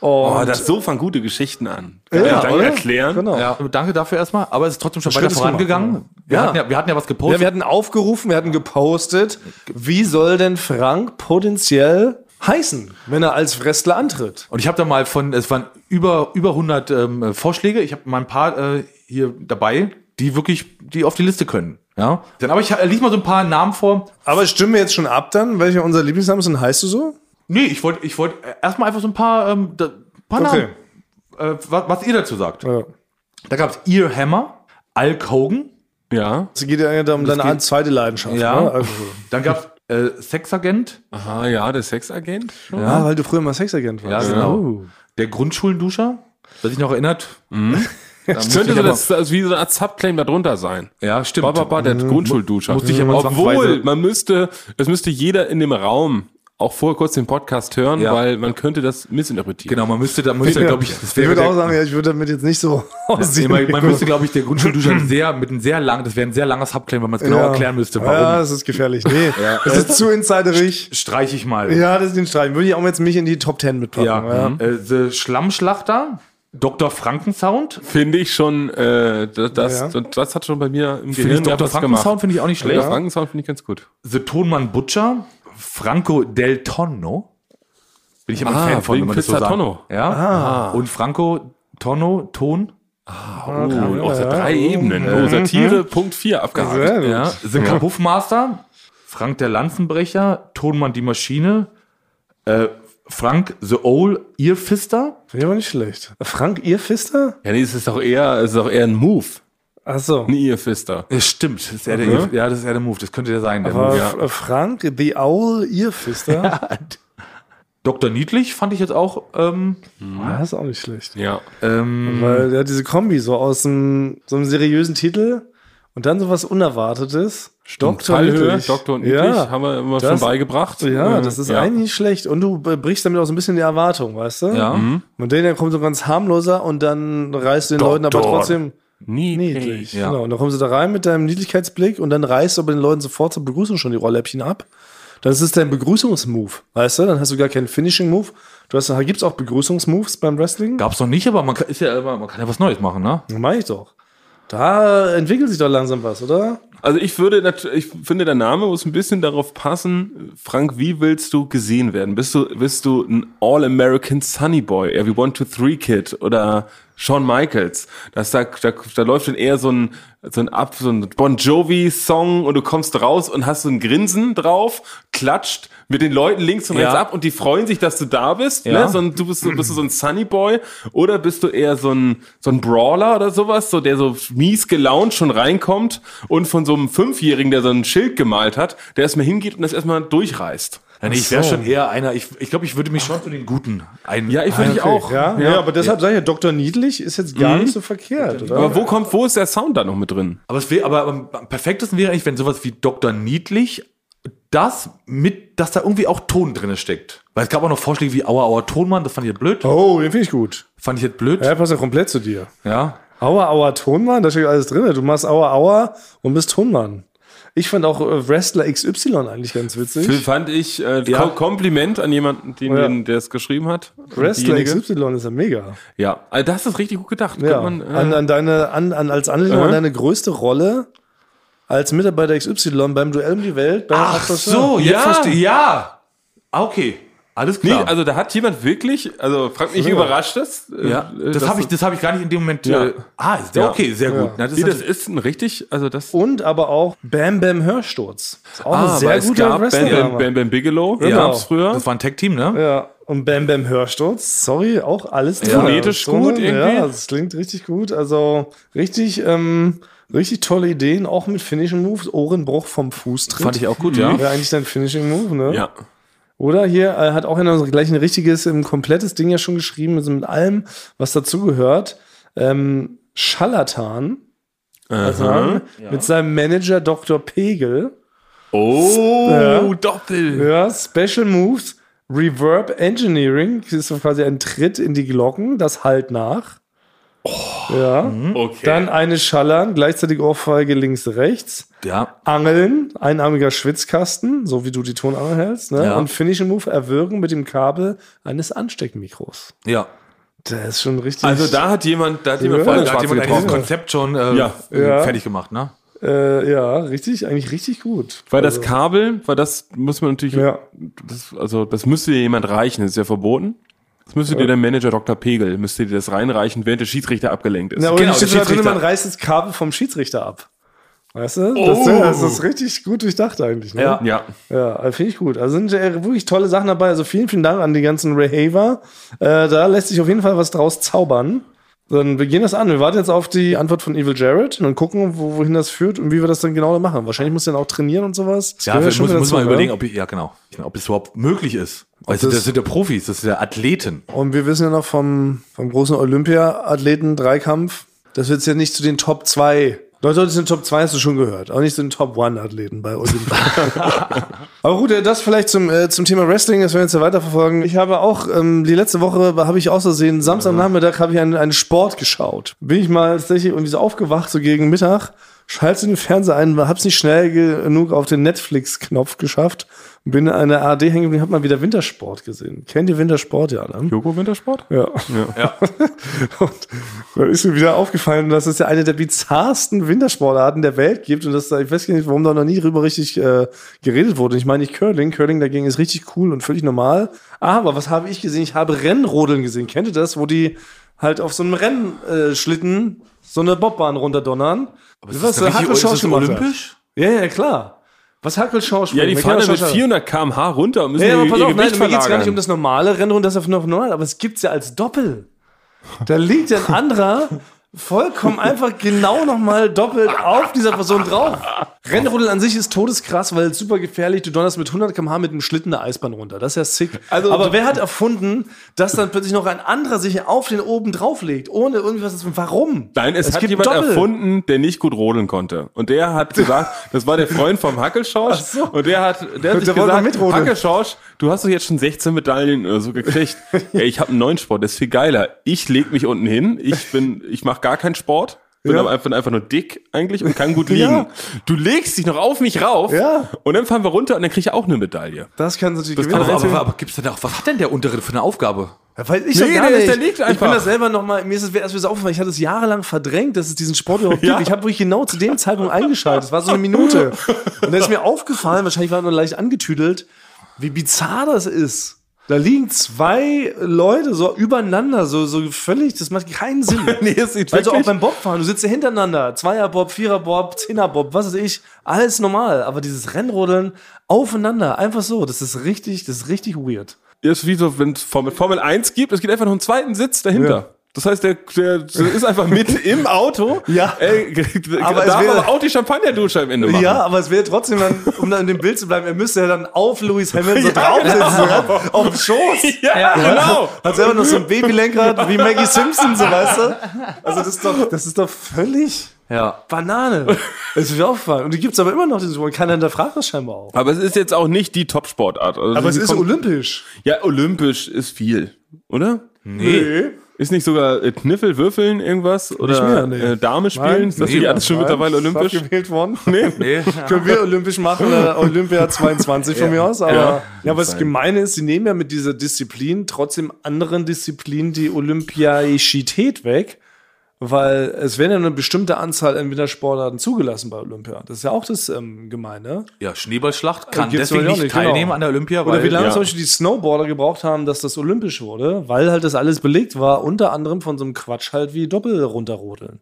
S1: Und
S2: Oh, das so fangen gute Geschichten an.
S1: Ja,
S2: ja, danke
S1: oder?
S2: erklären.
S1: Genau.
S3: Ja. Äh, Danke dafür erstmal, aber es ist trotzdem schon weiter
S1: Schönes gemacht,
S3: vorangegangen. Wir,
S1: Ja.
S3: Hatten ja, wir hatten ja was
S1: Ja,
S3: gepostet.
S1: wir hatten aufgerufen, wir hatten gepostet, wie soll denn Frank potenziell heißen, wenn er als Wrestler antritt?
S3: Und ich habe da mal von, es waren über, über 100 ähm, Vorschläge. Ich habe mal ein paar äh, hier dabei, die wirklich, die auf die Liste können. Ja. Dann, aber ich äh, lies mal so ein paar Namen vor.
S1: Aber stimmen wir jetzt schon ab dann, welcher unser Lieblingsname ist und heißt du so?
S3: Nee, ich wollte ich wollt erstmal einfach so ein paar, ähm, da, paar
S1: Okay.
S3: Namen, äh, was, was ihr dazu sagt.
S1: Ja.
S3: Da gab's Ear Hammer, Hulk Hogan,
S2: Ja.
S1: Es geht ja eigentlich um deine
S3: geht-
S1: zweite Leidenschaft.
S3: Ja.
S1: Ne? Also,
S3: dann gab's äh, Sexagent,
S2: Aha, ja, der Sexagent.
S1: ja. Ah, weil du früher mal Sexagent warst.
S3: Ja, genau. der Grundschulenduscher, wer sich noch erinnert.
S1: Hm.
S3: Da muss
S2: Könnte
S3: ich
S2: so
S3: aber-
S2: das, also wie so eine Art Subclaim darunter sein.
S3: ja, stimmt.
S2: Ba, ba, ba, der
S1: Mhm.
S2: Grundschulduscher.
S3: Musste ich aber
S2: Obwohl,
S3: zwangsweise-
S2: man müsste, es müsste jeder in dem Raum auch vorher kurz den Podcast hören,
S3: Ja.
S2: weil man könnte das missinterpretieren.
S3: Genau, man müsste, da müsste, glaube ich, das
S1: ich
S3: wäre
S1: würde
S3: der-
S1: auch sagen, ja, ich würde damit jetzt nicht so aussehen.
S3: man, man müsste, glaube ich, der Grundschulduscher sehr, mit einem sehr langen, das wäre ein sehr langes Subclaim, wenn man es genau erklären müsste, warum.
S1: Ja, das ist gefährlich. Nee, das ist zu insiderig.
S3: Streich ich mal.
S1: Ja, das ist den Streit. Würde ich auch jetzt mich in die Top Ten mitpacken.
S3: Ja. Äh, The Schlammschlachter, Dr. Frankensound.
S2: Finde ich schon, äh, das, das,
S1: Ja.
S2: das hat schon bei mir im
S3: Finde ich
S2: Gehirn ja
S3: Dr.
S2: was gemacht.
S3: Frankensound finde ich auch nicht schlecht.
S2: Dr. Frankensound finde ich ganz gut.
S3: The Tonmann Butcher, Franco Del Tonno. Bin ich immer
S2: Ah,
S3: ein Fan von,
S2: wegen
S3: wenn man das so
S2: Pizza
S3: sagt.
S2: Tonno.
S3: Ja. Ah. Und Franco Tonno, Ton.
S1: Ah,
S2: Oh, oh, ja. drei Ebenen.
S1: Mhm.
S2: Oh, Satire, Punkt 4 abgehakt.
S1: Sehr gut.
S3: Ja. The Kabuffmaster, Frank der Lanzenbrecher, Tonmann die Maschine, äh, Frank The Owl Earfister.
S1: Finde ich aber nicht schlecht. Frank, ihr Fister?
S2: Ja, nee, es ist doch eher, es ist doch eher ein Move.
S1: Ach so.
S2: Ein Ehefister.
S3: Ja, Äh, stimmt, das ist eher der, ja, das ist eher der Move, das könnte der sein, der
S1: Aber
S3: Move.
S2: Ja.
S1: Äh, F- Frank, The Owl, ihr Fister?
S3: Dr. Niedlich fand ich jetzt auch, ähm,
S1: Ja, Ah, ist auch nicht schlecht.
S2: Ja. Mhm.
S3: ähm,
S1: Weil der hat diese Kombi so aus einem, so einem seriösen Titel und dann so was Unerwartetes. Doktor
S2: Fallhöhe,
S1: Niedlich.
S2: Doktor und Niedlich
S1: ja.
S2: haben wir immer
S1: Das-
S2: schon beigebracht.
S1: Ja,
S2: Äh,
S1: das ist eigentlich nicht schlecht. Und du äh, brichst damit auch so ein bisschen die Erwartung, weißt du?
S2: Mhm.
S3: ja.
S1: Und den kommt so ganz harmloser und dann reißt du den Leuten aber
S3: Doktor.
S1: trotzdem
S2: niedlich.
S1: niedlich.
S3: ja.
S1: Genau. Und dann kommst du da rein mit deinem Niedlichkeitsblick und dann reißt du aber den Leuten sofort zur Begrüßung schon die Rohrläppchen ab. Das ist dein Begrüßungsmove, weißt du? Dann hast du gar keinen Finishing-Move. Du hast, gibt's auch Begrüßungsmoves beim Wrestling?
S3: Gab's noch nicht, aber man kann, ist ja, immer- man kann ja was Neues machen, ne?
S1: Das mach ich doch. Da entwickelt sich doch langsam was, oder?
S2: Also ich würde, nat- ich finde, der Name muss ein bisschen darauf passen. Frank, wie willst du gesehen werden? Bist du, bist du ein All-American Sunny Boy, Every One to Three Kid oder Shawn Michaels? Das, da, da, da läuft dann eher so ein, so ein Ab, so ein Bon Jovi Song und du kommst raus und hast so ein Grinsen drauf, klatscht mit den Leuten links und rechts
S3: Ja.
S2: ab und die freuen sich, dass du da bist.
S3: Ja.
S2: Ne? So ein, du bist, so- bist du so ein Sunny Boy oder bist du eher so ein, so ein Brawler oder sowas, so der so mies gelaunt schon reinkommt und von so einem Fünfjährigen, der so ein Schild gemalt hat, der erstmal hingeht und das erstmal durchreißt.
S3: Ja, nee, ich wäre schon eher einer, ich, ich glaube, ich würde mich schon zu den Guten ein.
S2: Ja, ich würde ich auch.
S1: Ja, ja, aber deshalb sage ich ja, Dr. Niedlich ist jetzt gar nicht so verkehrt, oder?
S2: Aber wo kommt, wo ist der Sound da noch mit drin?
S3: aber, es wär, aber am am perfektesten wäre eigentlich, wenn sowas wie Dr. Niedlich das mit, dass da irgendwie auch Ton drin steckt. Weil es gab auch noch Vorschläge wie Aua, Aua, Tonmann, das fand ich jetzt blöd.
S1: oh, den finde ich gut.
S3: Fand ich jetzt blöd.
S1: Ja, passt ja komplett zu dir.
S3: Ja.
S1: Aua, Aua, Tonmann, da steht alles drin. Du machst Aua, Aua und bist Tonmann. Ich fand auch äh, Wrestler XY eigentlich ganz
S2: Phil
S1: witzig.
S2: fand ich äh, Kom- Kompliment an jemanden, den,
S1: Ja.
S2: den, der es geschrieben hat.
S1: Wrestler
S2: Diejenige.
S1: XY ist ja mega.
S2: Ja, also das ist richtig gut gedacht.
S1: Ja.
S2: Könnte man, äh,
S1: an, an deine, an, an, als Anlehnung an
S2: Aha.
S1: deine größte Rolle als Mitarbeiter XY beim Duell um die Welt. Bei Ach
S3: So, jetzt verstehe ich. Ja. Ah, okay. Alles
S2: Nee,
S3: klar.
S2: also da hat jemand wirklich, also frag mich,
S1: Ja.
S2: überrascht das? äh,
S3: ja,
S2: äh,
S3: das
S2: dass
S3: habe ich, das hab ich gar nicht in dem Moment.
S2: Ja.
S3: Äh, ah, ist der,
S2: Ja.
S3: okay, sehr gut.
S1: Ja.
S3: Na,
S2: Nee, das ist ein richtig, also das
S1: Und aber auch Bam Bam Hörsturz. Ist auch
S2: Ah,
S1: ein
S2: weil
S1: sehr
S2: es
S1: guter
S2: gab Bam, Bam,
S1: Wrestler.
S2: Bam, Bam Bigelow,
S1: Genau.
S2: gab's früher.
S3: das war ein Tag-Team, ne?
S1: Ja, und Bam Bam Hörsturz, sorry, auch alles drin.
S2: Phonetisch
S1: Also,
S2: gut irgendwie.
S1: Ja, das klingt richtig gut. Also richtig, ähm, richtig tolle Ideen, auch mit Finishing Moves. Ohrenbruch vom Fuß drin.
S3: Fand ich auch gut, ja.
S1: Wäre eigentlich dein Finishing Move, ne?
S2: ja.
S1: Oder hier äh, hat auch einer gleich ein richtiges, ein komplettes Ding ja schon geschrieben, also mit allem, was dazugehört. Ähm, Scharlatan, also
S2: Aha.
S1: mit seinem Manager Dr. Pegel.
S2: Oh,
S1: Ja.
S2: Doppel.
S1: Ja, Special Moves, Reverb Engineering, das ist so quasi ein Tritt in die Glocken, das halt nach. ja.
S3: Mhm.
S2: Okay.
S1: Dann eine Schallern, gleichzeitig Ohrfeige links, rechts.
S3: Ja.
S1: Angeln, einarmiger Schwitzkasten, so wie du die Tonangel hältst. Ne?
S3: Ja.
S1: Und Finishing Move, Erwürgen mit dem Kabel eines Ansteckmikros.
S3: ja.
S1: Der ist schon richtig.
S2: also da hat jemand, da hat jemand
S1: Ja.
S2: voll
S1: Da
S2: den
S1: hat
S3: Da hat
S2: Schwarzen
S3: jemand eigentlich das
S2: getroffen.
S3: Konzept schon äh,
S2: Ja.
S1: Ja.
S3: fertig gemacht, ne?
S1: Äh, ja, richtig, eigentlich richtig gut. Also,
S2: Weil das Kabel, weil das muss man natürlich,
S1: Ja.
S2: das, also das müsste dir jemand reichen, das ist ja verboten. Das müsste dir der Manager Dr. Pegel, müsste dir das reinreichen, während der Schiedsrichter abgelenkt ist.
S1: Na, oder
S3: Genau,
S1: genau, steht
S3: der
S1: da drin,
S3: Schiedsrichter.
S1: man reißt das Kabel vom Schiedsrichter ab. Weißt du? Das,
S2: Oh.
S1: das ist richtig gut durchdacht eigentlich. Ne?
S3: Ja.
S2: Genau. ja.
S1: Ja, also finde ich gut. Also sind äh, wirklich tolle Sachen dabei. Also vielen, vielen Dank an die ganzen Rehaver. Äh, da lässt sich auf jeden Fall was draus zaubern. Dann wir gehen das an. Wir warten jetzt auf die Antwort von Evil Jared und dann gucken, wo, wohin das führt und wie wir das dann genau machen. Wahrscheinlich muss er dann auch trainieren und sowas. Das
S3: Ja,
S1: gehört
S3: muss,
S1: schon wieder
S3: muss man
S1: dazu,
S3: überlegen,
S1: ne?
S3: ob, ich- ja, genau, ob es überhaupt möglich ist. Weißt du,
S1: das-
S3: das sind ja Profis, das sind ja Athleten.
S1: Und wir wissen ja noch vom, vom großen Olympia-Athleten-Dreikampf, dass wir jetzt ja nicht zu den Top 2. Leute, das sind Top 2 hast du schon gehört, auch nicht zu den Top 1 Athleten bei Olympia. Aber gut, äh, das vielleicht zum, äh, zum Thema Wrestling, das werden wir jetzt ja weiterverfolgen. Ich habe auch, ähm, die letzte Woche habe ich auch so sehen, Samstagnachmittag habe ich einen, einen Sport geschaut. Bin ich mal tatsächlich irgendwie so aufgewacht, so gegen Mittag, schalte den Fernseher ein, hab's nicht schnell genug auf den Netflix-Knopf geschafft, bin in einer AD hängen geblieben, hab mal wieder Wintersport gesehen. Kennt ihr Wintersport ja, ne?
S2: Joko Wintersport?
S1: Ja.
S3: Ja.
S1: Und dann ist mir wieder aufgefallen, dass es ja eine der bizarrsten Wintersportarten der Welt gibt und dass da, ich weiß gar nicht, warum da noch nie drüber richtig äh, geredet wurde. Ich meine nicht Curling. Curling dagegen ist richtig cool und völlig normal. Aber was habe ich gesehen? Ich habe Rennrodeln gesehen. Kennt ihr das? Wo die halt auf so einem Rennschlitten so eine Bobbahn runterdonnern.
S3: Ist das richtig- oh,
S1: Hackel
S3: ist das
S1: Schorsch gemacht hat.
S3: olympisch?
S1: Ja, ja, klar. Was Hackel Schorsch
S2: Ja, die
S1: Man
S2: fahren
S1: kann
S2: dann mit
S1: Schorsch-
S2: 400 km/h runter und müssen
S1: ja, aber
S2: ihr,
S1: pass
S2: ihr
S1: auf, nein,
S2: Gewicht
S1: mir geht's gar nicht um
S2: verlagern.
S1: das normale Rennen und das auf noch normal, aber es gibt's ja als Doppel. Da liegt ein anderer vollkommen einfach genau nochmal doppelt auf dieser Person drauf. Rennrodeln an sich ist todeskrass, weil es super gefährlich. Du donnerst mit 100 km/h mit einem Schlitten eine Eisbahn runter. Das ist ja sick.
S2: Also-
S1: aber wer hat erfunden, dass dann plötzlich noch ein anderer sich auf den oben drauflegt, ohne irgendwas? zu- Warum?
S2: Nein, es, hat jemand erfunden, der nicht gut rodeln konnte. Und der hat gesagt, das war der Freund vom Hackelschorsch.
S1: so.
S2: Und der hat, der hat
S1: Und
S2: sich
S1: der wollte
S2: gesagt,
S1: mitrodeln.
S2: Hackelschorsch, du hast doch jetzt schon 16 Medaillen oder so gekriegt. Ey, ich habe einen neuen Sport, der ist viel geiler. Ich leg mich unten hin, ich bin, ich mache gar keinen Sport. Bin
S1: Ja.
S2: aber einfach, einfach nur dick eigentlich und kann gut liegen.
S1: Ja.
S2: Du legst dich noch auf mich rauf
S1: Ja.
S2: und dann fahren wir runter und dann krieg ich auch eine Medaille.
S1: Das kann natürlich das
S3: Aber, aber, aber gibt's denn da auch, was hat denn der untere für eine Aufgabe?
S1: Ja, Weiß ich
S2: Nee,
S1: doch gar
S2: der ist-
S1: nicht.
S2: der liegt
S1: Ich bin
S2: einfach.
S1: das selber nochmal, mir ist es erst wieder so aufgefallen, ich hatte es jahrelang verdrängt, dass es diesen Sport überhaupt
S2: Ja.
S1: gibt. Ich habe wirklich genau zu dem Zeitpunkt eingeschaltet. Es war so eine Minute. Und dann ist mir aufgefallen, wahrscheinlich war ich nur leicht angetüdelt, wie bizarr das ist. Da liegen zwei Leute so übereinander, so, so völlig, das macht keinen Sinn.
S2: Nee, es sieht
S1: Also auch
S2: wirklich-
S1: beim Bobfahren, du sitzt ja hintereinander. Zweierbob, Viererbob, Zehnerbob, was weiß ich. Alles normal. Aber dieses Rennrodeln aufeinander, einfach so, das ist richtig, das ist richtig weird.
S2: ist wie so, wenn es Formel, Formel 1 gibt, es gibt einfach noch einen zweiten Sitz dahinter.
S1: Ja.
S2: Das heißt, der, der ist einfach mit im Auto.
S1: Ja.
S2: Äh,
S1: Aber
S2: aber
S1: es
S2: darf
S1: wäre-
S2: aber auch die Champagnerdusche am Ende machen.
S1: Ja, aber es wäre trotzdem dann, um dann in dem Bild zu bleiben, er müsste ja dann auf Lewis Hamilton so
S2: Ja,
S1: drauf sitzen,
S2: genau.
S1: ja, auf dem Schoß.
S2: Ja, genau.
S1: Hat selber noch so ein Babylenkrad wie Maggie Simpson, so weißt du? Also das ist doch, das ist doch völlig
S3: Ja.
S1: Banane. Das ist mir aufgefallen. Und die gibt's aber immer noch, diesen Sport. Keiner hinterfragt das scheinbar auch.
S2: Aber es ist jetzt auch nicht die Top-Sportart. Also sie kommt-
S1: olympisch.
S2: Ja, olympisch ist viel, oder?
S1: Nee.
S2: Ist nicht sogar äh, Kniffel, Würfeln, irgendwas? Oder
S1: mehr, nee.
S2: äh, Dame spielen?
S1: Nein.
S2: ist das
S3: Nee,
S2: nicht alles schon
S1: Nein,
S2: mittlerweile
S1: ist
S2: olympisch?
S1: abgewählt worden.
S3: Nee.
S1: Können wir olympisch machen, äh, Olympia 22 von mir aus. Aber, ja.
S2: Ja.
S1: aber das Gemeine ist, sie nehmen ja mit dieser Disziplin trotzdem anderen Disziplinen die Olympiaschität weg. Weil es werden ja eine bestimmte Anzahl an Wintersportarten zugelassen bei Olympia. Das ist ja auch das ähm, Gemeine.
S3: Ja, Schneeballschlacht kann
S1: Gibt's
S3: deswegen
S1: wohl auch
S3: nicht
S1: nicht,
S3: teilnehmen
S1: genau.
S3: an der Olympia,
S1: Oder wie lange
S2: ja.
S1: zum Beispiel die Snowboarder gebraucht haben, dass das olympisch wurde, weil halt das alles belegt war, unter anderem von so einem Quatsch halt wie Doppel runterrodeln.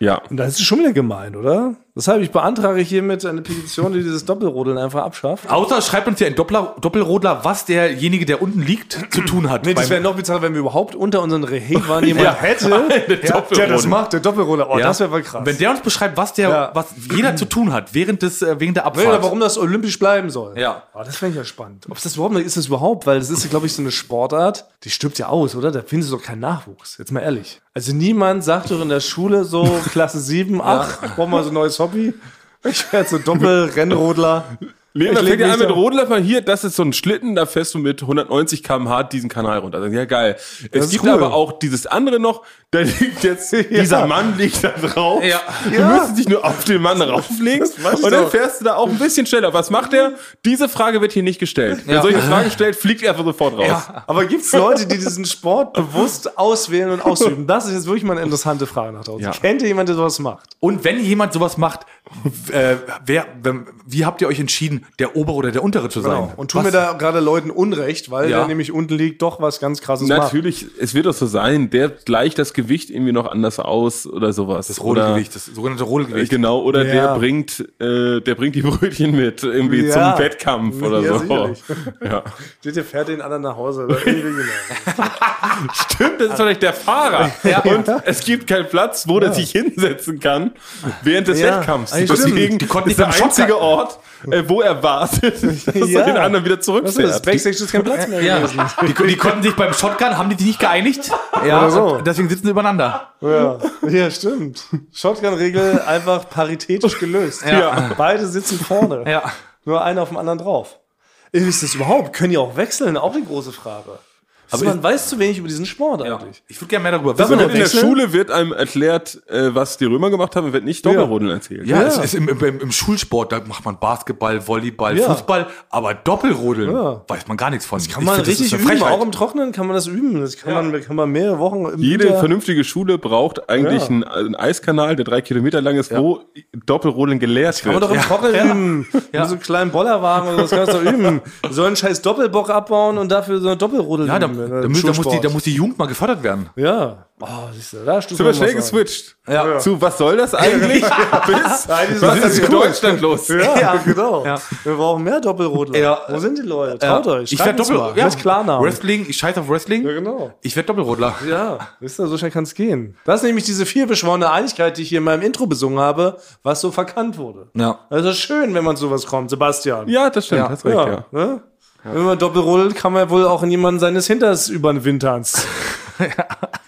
S2: Ja.
S1: Und das ist schon wieder gemein, oder? Deshalb, ich beantrage hiermit eine Petition, die dieses Doppelrodeln einfach abschafft.
S3: Außer schreibt uns hier ein Doppler, Doppelrodler, was derjenige, der unten liegt, zu tun hat.
S1: Nee, das wäre
S3: beim,
S1: noch bizarrer, wenn wir überhaupt unter unseren Rehebern jemand
S3: Ja.
S1: hätte, der, der
S3: Doppelrolle.
S1: das macht, der Doppelroller. Oh,
S3: Ja.
S1: das wäre mal krass.
S3: Wenn der uns beschreibt, was der,
S1: Ja.
S3: was jeder zu tun hat während des, äh, während der Abfahrt.
S1: Oder warum das olympisch bleiben soll.
S3: Ja.
S1: Oh, das fände ich ja spannend. Ob es das überhaupt noch ist, das überhaupt, weil das ist, glaube ich, so eine Sportart, die stirbt ja aus, oder? Da findest du doch keinen Nachwuchs. Jetzt mal ehrlich. Also niemand sagt doch in der Schule so Klasse 7, 8, brauchen wir so ein neues Hobby. Ich werde so Doppel-Rennrodler.
S2: Lena
S1: Ich leg
S2: fängt ja
S1: mich
S2: an mit
S1: da-
S2: Rodelöffern. Hier, das ist so ein Schlitten, da fährst du mit 190 km/h diesen Kanal runter. Also, ja, geil.
S1: ist
S2: es gibt
S1: cool.
S2: aber auch dieses andere noch, da liegt jetzt, dieser Mann liegt da drauf.
S3: Ja.
S2: Du
S1: Ja.
S2: müsstest dich nur auf den Mann rauflegen
S1: weiß ich
S2: und dann
S1: doch.
S2: fährst du da auch ein bisschen schneller. Was macht der? Diese Frage wird hier nicht gestellt. Wenn
S3: Ja.
S2: solche Fragen stellt, fliegt er einfach sofort raus.
S1: Aber gibt es Leute, die diesen Sport bewusst auswählen und ausüben? Das ist jetzt wirklich mal eine interessante Frage nach draußen.
S2: Ja.
S1: Kennt ihr jemanden, der sowas macht?
S3: Und wenn jemand sowas macht, w- äh, wer, wenn, wie habt ihr euch entschieden, der obere oder der untere zu sein?
S1: Genau. Und tun mir da gerade Leuten Unrecht, weil
S3: Ja.
S1: der nämlich unten liegt, doch was ganz krasses macht.
S2: Natürlich, es wird doch so sein, der gleicht das Gewicht irgendwie noch anders aus oder sowas. Das
S3: Rodelgewicht, das sogenannte
S2: Äh,
S3: Rodelgewicht.
S2: Genau, oder
S1: Ja.
S2: der bringt, äh, der bringt die Brötchen mit irgendwie
S1: Ja.
S2: zum Wettkampf oder
S1: Ja,
S2: so.
S1: sicherlich.
S2: Ja.
S1: Steht ihr fährt den anderen nach Hause. Oder? Irgendwie genau.
S2: Stimmt, das ist vielleicht der Fahrer. Ja. Und es gibt keinen Platz, wo der sich hinsetzen kann während des
S1: Ja.
S2: Wettkampfs.
S1: Eigentlich
S2: Deswegen
S3: stimmt. Die konnten nicht
S2: ist der
S3: mit dem
S2: einzige Ort, äh, wo er wartet, dass
S1: Ja.
S2: er den anderen wieder
S1: Was ist das?
S2: zurückfährt.
S1: Backstage ist kein Platz mehr
S3: Ja.
S1: gewesen.
S3: Die, die konnten sich beim Shotgun, haben die sich nicht geeinigt? Ja,
S1: Oder so.
S3: deswegen sitzen sie übereinander.
S1: Ja. ja, stimmt. Shotgun-Regel einfach paritätisch gelöst.
S3: Ja.
S1: Beide sitzen vorne.
S3: Ja.
S1: Nur einer auf den anderen drauf. Ist das überhaupt? Können die auch wechseln? Auch die große Frage. Aber man weiß zu wenig über diesen Sport eigentlich.
S3: Ich würde gerne mehr darüber
S1: Das ist
S2: Und
S3: wissen.
S1: eine-
S2: in der
S1: Wechseln?
S2: Schule wird einem erklärt, äh, was die Römer gemacht haben, wird nicht Doppelrodeln erzählt.
S3: Ja,
S1: Ja.
S3: es ist im, im, im Schulsport, da macht man Basketball, Volleyball,
S1: Ja.
S3: Fußball, aber Doppelrodeln
S1: Ja.
S3: weiß man gar nichts von.
S1: Kann man richtig üben,
S3: Frechheit.
S1: auch im Trocknen kann man das üben. Das kann, man, kann man mehrere Wochen im
S2: Jede
S1: Winter-
S2: vernünftige Schule braucht eigentlich
S1: Ja.
S2: einen, einen Eiskanal, der drei Kilometer lang ist, wo Doppelrodeln gelehrt
S1: Kann man
S2: wird.
S1: doch im Trocknen üben. Mit so einem kleinen Bollerwagen oder so, das kannst du doch üben. So einen scheiß Doppelbock abbauen und dafür so eine Doppelrodel
S3: ja, da,
S1: üben,
S3: da,
S1: äh,
S3: da,
S1: im
S3: muss, da, muss die,
S1: Schulsport.
S3: da muss die Jugend mal gefördert werden.
S1: Ja. Oh, siehst du, da stuft
S2: Super schnell geswitcht.
S3: Ja.
S2: Zu was soll das eigentlich? Bis, was
S1: das
S2: ist
S1: ist
S2: in
S1: cool.
S2: Deutschland los?
S1: Ja,
S3: Ja.
S1: genau.
S3: Ja.
S1: Wir brauchen mehr Doppelrodler.
S3: Ja.
S1: Wo sind die Leute? Traut euch.
S3: Ich
S1: schreibt
S3: werde
S1: uns mal.
S3: Doppel.
S1: Mit Klarnamen.
S3: Wrestling, ich scheiße auf Wrestling.
S1: Ja, genau.
S3: Ich werde Doppelrodler.
S1: Ja, wisst ihr, so schnell kann es gehen. Das ist nämlich diese vielbeschworene Einigkeit, die ich hier in meinem Intro besungen habe, was so verkannt wurde.
S3: Ja.
S1: Also schön, wenn man zu was kommt, Sebastian.
S2: Ja, das stimmt,
S3: Ja.
S2: hast recht, ja.
S1: Ne? Wenn man doppelrodelt, kann man wohl auch in jemanden seines Hinters über den Winterns.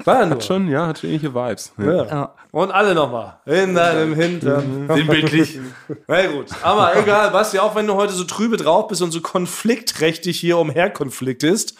S1: War nur.
S2: Schon, ja, hat schon ähnliche Vibes.
S1: Ja.
S3: Ja. Mhm.
S1: Und alle nochmal. In deinem Hintern.
S3: Sinnbildlich.
S1: Na gut. Aber egal, Basti, auch wenn du heute so trübe drauf bist und so konfliktträchtig hier umherkonflikt ist,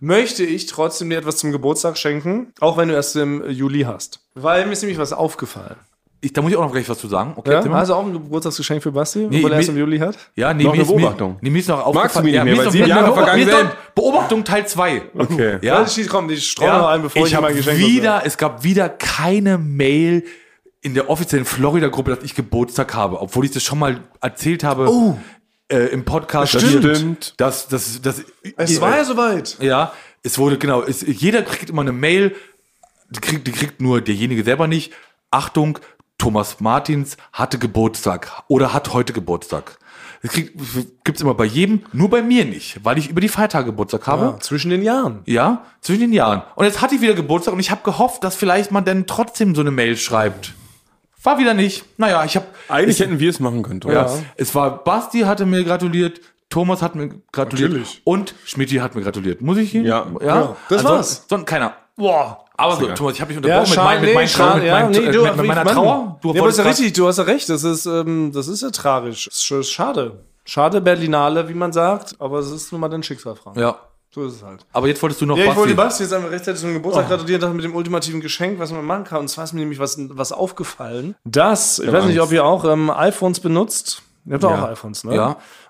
S1: möchte ich trotzdem dir etwas zum Geburtstag schenken, auch wenn du erst im Juli hast. Weil mir ist nämlich was aufgefallen.
S3: Ich, da muss ich auch noch gleich was zu sagen. Okay,
S1: Ja?
S3: Tim?
S1: Hast du auch ein Geburtstagsgeschenk für Basti,
S3: Nee,
S1: obwohl er
S3: mir-
S1: erst im Juli hat?
S3: ja nee,
S2: Noch
S3: mir
S2: eine
S3: ist, mir,
S2: Beobachtung.
S3: nee, mir ist noch
S2: Magst du
S3: aufgefallen.
S2: mich nicht mehr,
S3: mir
S2: weil
S3: ist
S2: sieben
S3: noch-
S2: Jahre
S3: mir ist noch-
S2: vergangen
S3: mir ist noch-
S2: sind.
S3: Beobachtung Teil 2.
S2: Okay.
S3: Ja.
S1: die, komm, die streuen wir
S3: Ja,
S1: noch ein, bevor ich,
S3: ich
S1: ich mein
S3: habe
S1: Geschenk
S3: wieder, es gab wieder keine Mail in der offiziellen Florida-Gruppe, dass ich Geburtstag habe, obwohl ich das schon mal erzählt habe
S1: Oh.
S3: äh, im Podcast.
S2: Das
S3: hier,
S2: stimmt.
S3: Dass, dass, dass,
S1: Es war ja soweit.
S3: äh, Ja, es wurde, genau, es, jeder kriegt immer eine Mail, die kriegt, die kriegt nur derjenige selber nicht. Achtung, Thomas Martins hatte Geburtstag oder hat heute Geburtstag. Das kriegt, gibt's immer bei jedem, nur bei mir nicht, weil ich über die Feiertage Geburtstag habe.
S1: Ja, zwischen den Jahren.
S3: Ja, zwischen den Jahren. Und jetzt hatte ich wieder Geburtstag und ich habe gehofft, dass vielleicht man dann trotzdem so eine Mail schreibt. War wieder nicht. Naja, ich habe.
S2: Eigentlich hätten wir es machen können, Thomas.
S3: Ja. Es war Basti hatte mir gratuliert, Thomas hat mir gratuliert
S2: Natürlich.
S3: und Schmidti hat mir gratuliert. Muss ich ihn?
S2: Ja.
S3: ja.
S1: Ja, das war's.
S3: Sonst keiner. Boah. Aber so, Thomas, ich habe dich
S1: Ja,
S3: unterbrochen mit,
S1: schade,
S3: mein, mit,
S1: nee,
S3: meinen Trauer,
S1: schade,
S3: mit,
S1: ja,
S3: meinem-
S1: nee,
S3: äh,
S1: du,
S3: mit, mit meiner
S1: Mann.
S3: Trauer.
S1: Du ja, aber ist ja
S3: wolltest
S1: richtig, du hast ja recht. Das ist, ähm, das ist ja tragisch. Es ist schade. Schade Berlinale, wie man sagt, aber es ist nun mal dein Schicksal, Frank.
S3: grad- Ja.
S1: So ist es halt.
S3: Aber jetzt wolltest du noch
S1: Ja, ich
S3: Basti.
S1: wollte Basti Oh. jetzt einfach rechtzeitig zum Geburtstag gratulieren, dachte mit dem ultimativen Geschenk, was man machen kann. Und zwar ist mir nämlich was, was aufgefallen. Das, ich weiß nicht,
S2: Angst.
S1: ob ihr auch ähm, iPhones benutzt. Ihr habt doch auch iPhones, ne?
S3: Ja.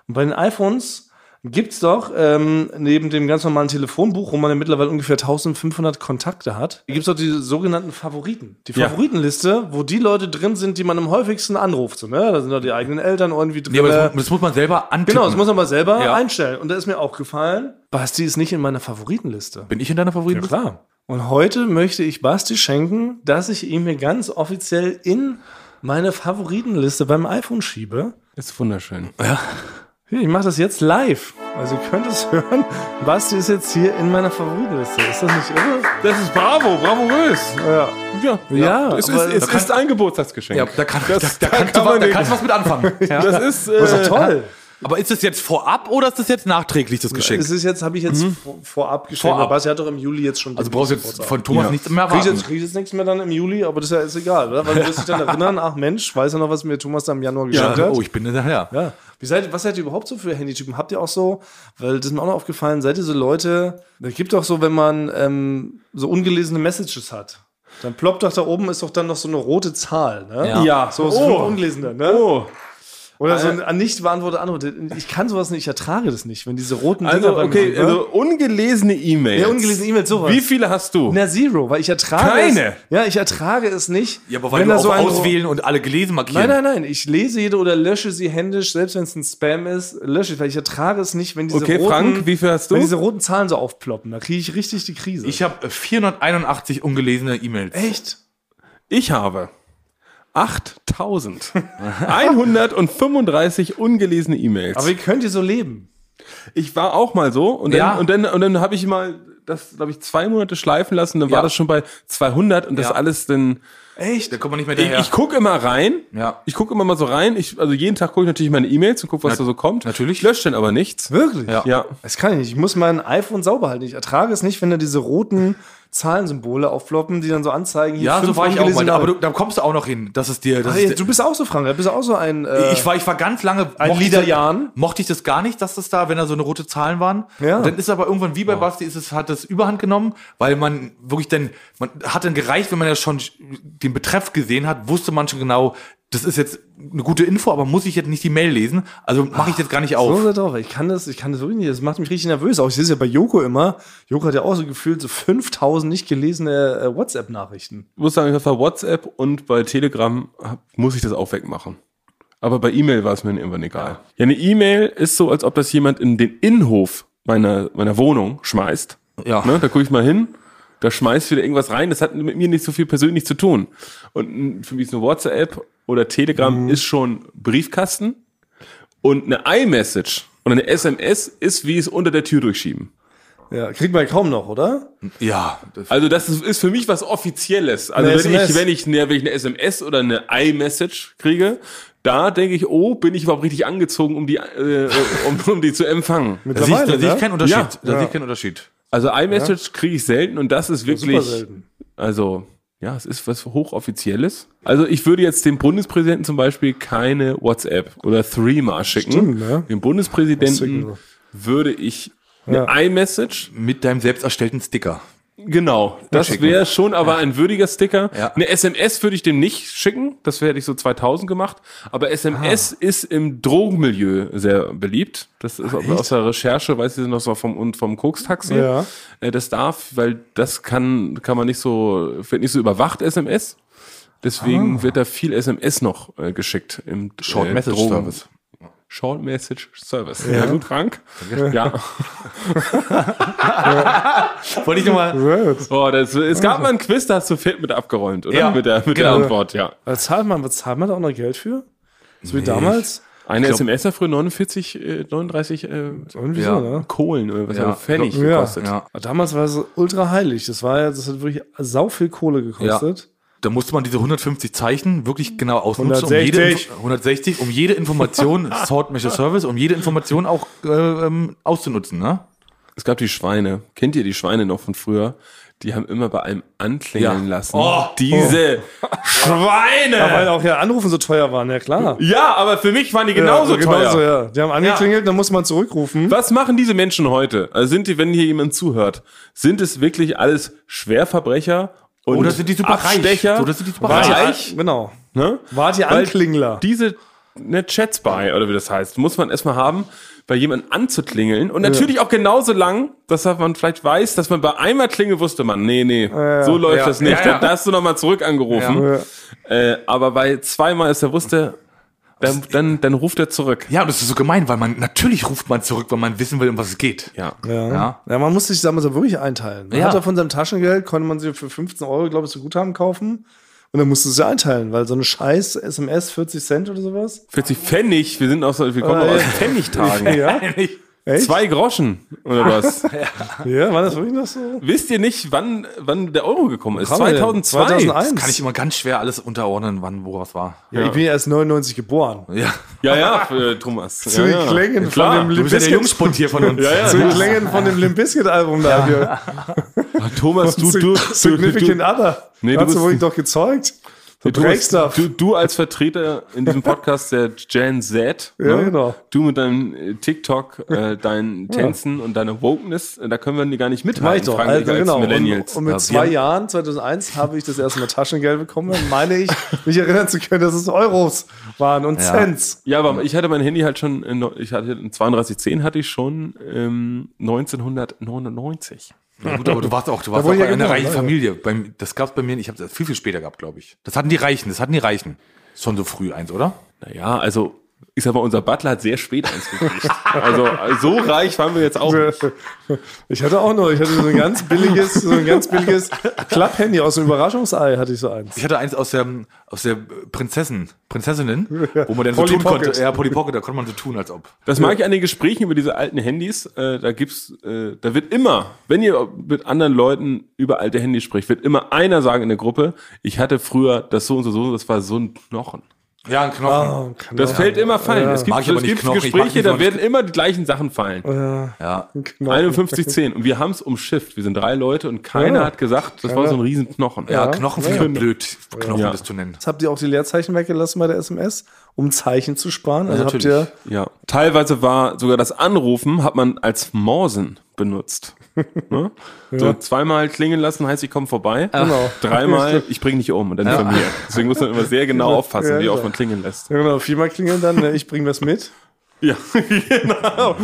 S1: Und bei den iPhones Gibt's doch ähm, neben dem ganz normalen Telefonbuch, wo man ja mittlerweile ungefähr 1500 Kontakte hat, gibt's doch die sogenannten Favoriten. Die
S2: Ja.
S1: Favoritenliste, wo die Leute drin sind, die man am häufigsten anruft. So, ne? Da sind doch die eigenen Eltern irgendwie drin. Äh,
S3: Nee, aber das, mu- das muss man selber antippen.
S1: genau, das muss man mal selber
S3: Ja.
S1: einstellen. Und da ist mir auch gefallen, Basti ist nicht in meiner Favoritenliste.
S3: Bin ich in deiner Favoritenliste?
S1: klar. Und heute möchte ich Basti schenken, dass ich ihn mir ganz offiziell in meine Favoritenliste beim iPhone schiebe.
S2: Ist wunderschön.
S1: Hier, Ich mache das jetzt live. Also ihr könnt es hören. Basti ist jetzt hier in meiner Favoritenliste. Ist das nicht irre?
S2: Das ist bravo, bravourös.
S1: Ja.
S2: Ja,
S1: Ja,
S2: es
S1: aber-
S2: ist, es ist ein Geburtstagsgeschenk.
S3: Ja, da, kann,
S2: Das-
S3: da, da,
S2: da
S3: kannst
S2: kann
S3: du,
S2: man
S3: was- da
S2: den-
S3: kannst du was mit anfangen. Ja.
S2: Das ist, äh,
S1: Das ist doch toll.
S3: Aber ist das jetzt vorab oder ist das jetzt nachträglich, das Geschenk?
S1: Es ist jetzt, habe ich jetzt vor- vorab geschenkt.
S3: Mhm. Vorab.
S1: aber Basti hat doch im Juli jetzt schon.
S3: Also du brauchst jetzt von Thomas nichts mehr
S1: Kriegst
S3: erwarten.
S1: jetzt, kriegst jetzt nichts mehr dann im Juli, aber das ist ja ist egal, oder? Weil du wirst dich dann erinnern, ach Mensch, weiß er noch, was mir Thomas da im Januar geschenkt
S3: ja.
S1: hat?
S3: Oh, ich bin hinterher.
S1: Ja. Wie seid, was seid ihr überhaupt so für Handytypen? Habt ihr auch so, weil das ist mir auch noch aufgefallen, seid ihr so Leute, da gibt doch so, wenn man ähm, so ungelesene Messages hat, dann ploppt doch da oben, ist doch dann noch so eine rote Zahl, ne?
S3: Ja.
S1: So was
S2: Oh.
S1: für Ungelesene, ne?
S2: oh. Äh.
S1: Oder so ein nicht beantwortete Antwort. Ich kann sowas nicht, ich ertrage das nicht, wenn diese roten
S2: Also,
S1: bei mir
S2: okay,
S1: sind, ne?
S2: also ungelesene E-Mails.
S1: ja, ungelesene E-Mails, Ne. sowas.
S2: Wie viele hast du?
S1: Na, zero, weil ich ertrage
S2: Keine.
S1: es. Ja, ich ertrage es nicht.
S3: Ja, aber weil
S1: wenn
S3: du
S1: da
S3: auch
S1: so ein-
S3: auswählen und alle gelesen markieren.
S1: Nein, nein, nein. Ich lese jede oder lösche sie händisch, selbst wenn es ein Spam ist, lösche ich, weil ich ertrage es nicht, wenn diese
S2: Okay,
S1: roten,
S2: Frank, wie viel hast du?
S1: wenn diese roten Zahlen so aufploppen. Da kriege ich richtig die Krise.
S3: Ich habe 481 ungelesene E-Mails.
S1: echt?
S2: Ich habe 8135 ungelesene E-Mails.
S1: Aber wie könnt ihr so leben?
S2: Ich war auch mal so und dann,
S3: Ja.
S2: und dann, und dann habe ich mal das, glaube ich, zwei Monate schleifen lassen, dann war
S3: Ja.
S2: das schon bei 200 und das
S3: Ja.
S2: alles dann.
S3: Da
S1: Echt?
S3: kommt man nicht mehr
S2: Ich,
S3: daher.
S2: ich gucke immer rein.
S3: Ja.
S2: Ich gucke immer mal so rein. Ich, also jeden Tag gucke ich natürlich meine E-Mails und gucke, was
S3: Na-
S2: da so kommt.
S3: natürlich.
S2: Ich lösche dann aber nichts.
S1: Wirklich?
S3: Ja.
S2: Ja.
S1: Das kann ich nicht. Ich muss mein iPhone sauber halten. Ich ertrage es nicht, wenn da diese roten Zahlensymbole aufploppen, die dann so anzeigen. hier
S3: ja, so
S1: fünf
S3: war ich auch mal.
S1: ungelesene-
S3: Aber du, da kommst du auch noch hin. Das ist dir. Das
S1: Ah,
S3: ist
S1: ja, du bist auch so, Frank. Du bist auch so ein. Äh,
S3: ich war, ich war ganz lange
S1: Ein
S3: mochte ich
S1: Liederjahren.
S3: das- Mochte ich das gar nicht, dass das da, wenn da so eine rote Zahlen waren.
S1: Ja.
S3: Und Dann ist aber irgendwann wie bei Basti, ist es hat das Überhand genommen, weil man wirklich dann, man hat dann gereicht, wenn man ja schon den Betreff gesehen hat, wusste man schon genau, das ist jetzt eine gute Info, aber muss ich jetzt nicht die Mail lesen? Also mache ich jetzt gar nicht
S1: So
S3: auf.
S1: ist er drauf. Ich kann das, ich kann das wirklich nicht. Das macht mich richtig nervös. Auch ich sehe es ja bei Joko immer. Joko hat ja auch so gefühlt so 5000 nicht gelesene äh, WhatsApp-Nachrichten.
S2: Ich muss sagen, bei WhatsApp und bei Telegram hab- muss ich das auch wegmachen. Aber bei E-Mail war es mir dann irgendwann egal. Ja, eine E-Mail ist so, als ob das jemand in den Innenhof meiner, meiner Wohnung schmeißt.
S3: Ja.
S2: Ne, da gucke ich mal hin, da schmeißt wieder irgendwas rein. Das hat mit mir nicht so viel persönlich zu tun. Und mm, für mich ist eine WhatsApp oder
S1: Mhm.
S2: Telegram ist schon Briefkasten. Und eine iMessage und eine SMS ist, wie es unter der Tür durchschieben.
S1: Ja, kriegt man ja kaum noch, oder?
S3: Ja. Das,
S2: Also das ist, ist für mich was Offizielles. Also
S1: Eine
S2: wenn, ich,
S1: SMS.
S2: wenn, ich eine, wenn ich eine SMS oder eine iMessage kriege, da denke ich, oh, bin ich überhaupt richtig angezogen, um die, äh, um, um die zu empfangen.
S3: da sehe ich, da sehe ich
S1: ne?
S3: keinen Unterschied.
S2: Ja.
S3: Da sehe ich keinen Unterschied.
S2: Also iMessage kriege ich selten und das ist wirklich,
S1: Super selten.
S2: also ja, es ist was hochoffizielles. Also ich würde jetzt dem Bundespräsidenten zum Beispiel keine WhatsApp oder Threema schicken.
S1: Stimmt, ne?
S2: Dem
S1: Was
S2: Bundespräsidenten würde ich eine
S1: Ja.
S2: iMessage
S3: Mit deinem selbst erstellten Sticker.
S2: Genau, das
S3: schicken.
S2: wäre schon aber ein würdiger Sticker.
S3: Ja.
S2: Eine SMS würde ich dem nicht schicken, das hätte ich so 2000 gemacht, aber
S3: Ah.
S2: SMS ist im Drogenmilieu sehr beliebt. Das ist aus der Recherche, weiß ich noch so vom und vom Koks-Taxi.
S1: Ja.
S2: Äh, Das darf, weil das kann kann man nicht so wird nicht so überwacht SMS. Deswegen wird da viel SMS noch äh, geschickt im
S3: Ah.
S2: äh,
S3: Short Message Service.
S2: Short Message Service. Ja, gut, Frank. Ja.
S3: Wollte ich nochmal.
S2: Oh, das, es gab mal ein Quiz, da hast du fit mit abgeräumt, oder?
S3: Ja,
S2: mit der, mit
S3: genau.
S2: der Antwort, ja.
S1: Was zahlt man, was zahlt man da auch noch Geld für? So wie damals?
S2: Eine
S3: glaub-
S2: SMS hat früher 49, äh, 39 äh,
S1: Irgendwie
S3: Ja.
S1: so, ne?
S2: Kohlen oder was
S3: Ja,
S2: ja, Pfennig
S1: glaub- ja.
S2: gekostet.
S3: Ja.
S1: Aber Damals war es ultra heilig. Das war ja, das hat wirklich sau viel Kohle gekostet.
S3: Da musste man diese 150 Zeichen wirklich genau ausnutzen, um jede,
S1: 160.
S3: Info- 160, um jede Information, Sort Measure Service, um jede Information auch äh, ähm, auszunutzen, ne?
S2: Es gab die Schweine. Kennt ihr die Schweine noch von früher? Die haben immer bei einem anklingeln
S3: Ja.
S2: lassen.
S3: Oh.
S2: Diese
S1: Ja, weil
S2: Schweine!
S1: auch ja Anrufen so teuer waren, ja klar.
S2: Ja, aber für mich waren die genauso
S1: ja,
S2: teuer.
S1: ja. Die haben angeklingelt, dann musste man zurückrufen.
S2: Was machen diese Menschen heute? Also sind die, wenn hier jemand zuhört, sind es wirklich alles Schwerverbrecher und
S3: Oder sind die super reich?
S2: Abstecher?
S3: So, das sind die super
S2: Weil-
S3: reich.
S1: Genau.
S2: Ne?
S1: Wart ihr
S2: Weil
S1: Anklingler?
S2: Diese eine Chatspy oder wie das heißt, muss man erstmal haben, bei jemandem anzuklingeln und natürlich auch genauso lang, dass man vielleicht weiß, dass man bei einmal klingelt, wusste man, nee, nee, so läuft
S3: Ja.
S2: das nicht.
S3: Ja, ja.
S2: Da hast du nochmal zurück angerufen. Äh, aber bei zweimal ist er wusste, dann, dann, dann ruft er zurück.
S3: Ja, und das ist so gemein, weil man natürlich ruft man zurück, weil man wissen will, um was es geht.
S2: Ja.
S3: Ja.
S1: Ja, man muss sich damals auch wirklich einteilen. Man
S3: Ja.
S1: hat ja von seinem Taschengeld, konnte man sie für 15 Euro, glaube ich, zu Guthaben kaufen. Und dann musst du sie einteilen, weil so eine scheiß SMS, 40 Cent oder sowas.
S2: 40 Pfennig, wir sind auch so, wir kommen
S1: Ah,
S2: doch aus
S1: ja.
S2: Pfennigtagen.
S1: Ja, echt?
S2: Zwei Groschen oder was?
S1: ja, war das wirklich noch so?
S2: Wisst ihr nicht, wann, wann der Euro gekommen ist?
S1: Haben wir denn?
S2: 2002.
S1: 2001.
S3: Kann ich immer ganz schwer alles unterordnen, wann wo was war.
S1: Ja. Ich bin ja erst 99 geboren.
S3: Ja.
S2: Ja, ja, für äh, Thomas.
S1: Zu den
S2: ja, ja.
S1: Klängen
S2: Klar,
S1: von dem
S3: Du
S1: Limp
S3: bist ja der
S1: Bizkit.
S3: Jungspund hier von uns.
S1: Zu den Klängen von dem Limp Bizkit Album da hier.
S2: Ah, Thomas, du, du, du, du,
S1: Significant
S2: du,
S1: Other.
S2: Nee, du
S1: Dazu
S2: bist-
S1: wurde ich doch gezeugt. So
S2: Thomas,
S1: Breakstuff.
S2: du, du als Vertreter in diesem Podcast der Gen Z, ne?
S1: Ja, genau.
S2: du mit deinem äh, TikTok, äh, deinen Tänzen und deiner Wokeness, äh, da können wir die gar nicht mithalten,
S1: Mach ich doch,
S2: fragen dich
S1: also,
S2: als
S1: genau. Und,
S2: Millennials.
S1: und mit zwei Jahren, 2001, habe ich das erste Mal Taschengeld bekommen. Dann meine ich, mich erinnern zu können, dass es Euros waren und
S3: Ja.
S1: Cents.
S2: Ja, aber ich hatte mein Handy halt schon, in, neu- ich hatte ein 3210 hatte ich schon ähm, 1999.
S3: Na gut, aber du warst auch, du warst auch
S1: wurde ja
S3: in einer
S1: genommen,
S3: reichen
S1: ne?
S3: Familie. Beim, das gab's bei mir, nicht. ich habe das viel, viel später gehabt, glaube ich. Das hatten die Reichen, das hatten die Reichen. Schon so früh eins, oder?
S2: Naja, also ich sag mal, unser Butler hat sehr spät eins gekriegt. also so reich waren wir jetzt auch nicht.
S1: Ich hatte auch noch, ich hatte so ein ganz billiges, so ein ganz billiges Klapphandy aus dem Überraschungsei hatte ich so eins.
S3: Ich hatte eins aus der, aus der Prinzessin, Prinzessinnen, wo man dann so
S1: Polly
S3: tun konnte.
S1: Pocket.
S3: Ja, Polly Pocket, da konnte man so tun, als ob.
S2: Das mag ich an den Gesprächen über diese alten Handys. Äh, da gibt's, äh, da wird immer, wenn ihr mit anderen Leuten über alte Handys spricht, wird immer einer sagen in der Gruppe, ich hatte früher das so und so, so, und so, das war so ein Knochen.
S3: Ja, ein Knochen.
S1: Oh, kann
S2: Das
S1: doch-
S2: fällt immer fallen. Es gibt,
S3: Mag ich aber
S2: es
S3: nicht
S2: gibt
S3: Knochen, ich mag
S2: Gespräche,
S3: nicht
S2: da
S3: von-
S2: werden immer die gleichen Sachen fallen.
S3: Ah. Ja.
S1: Knochen.
S2: 51, 10. Und wir haben es umschifft. Wir sind drei Leute und keiner
S1: Ja.
S2: hat gesagt, das war so ein riesen Knochen.
S3: Ja, Ah, Knochen finde ich auch
S1: Ja.
S3: blöd, Knochen
S2: Ja.
S3: das zu nennen.
S1: Jetzt habt ihr auch die Leerzeichen weggelassen bei der SMS, um Zeichen zu sparen. Also habt
S3: natürlich.
S1: ihr
S2: Ja. Teilweise war sogar das Anrufen hat man als Morsen benutzt. ne? So zweimal klingeln lassen heißt, ich komme vorbei.
S1: Genau.
S2: Dreimal, ich bringe dich um und dann ist von mir. Deswegen muss man immer sehr genau aufpassen,
S1: Ja,
S2: wie
S1: ja.
S2: oft man klingeln lässt.
S1: ja, genau, viermal klingeln dann, ne, ich bring was mit.
S2: Ja, genau.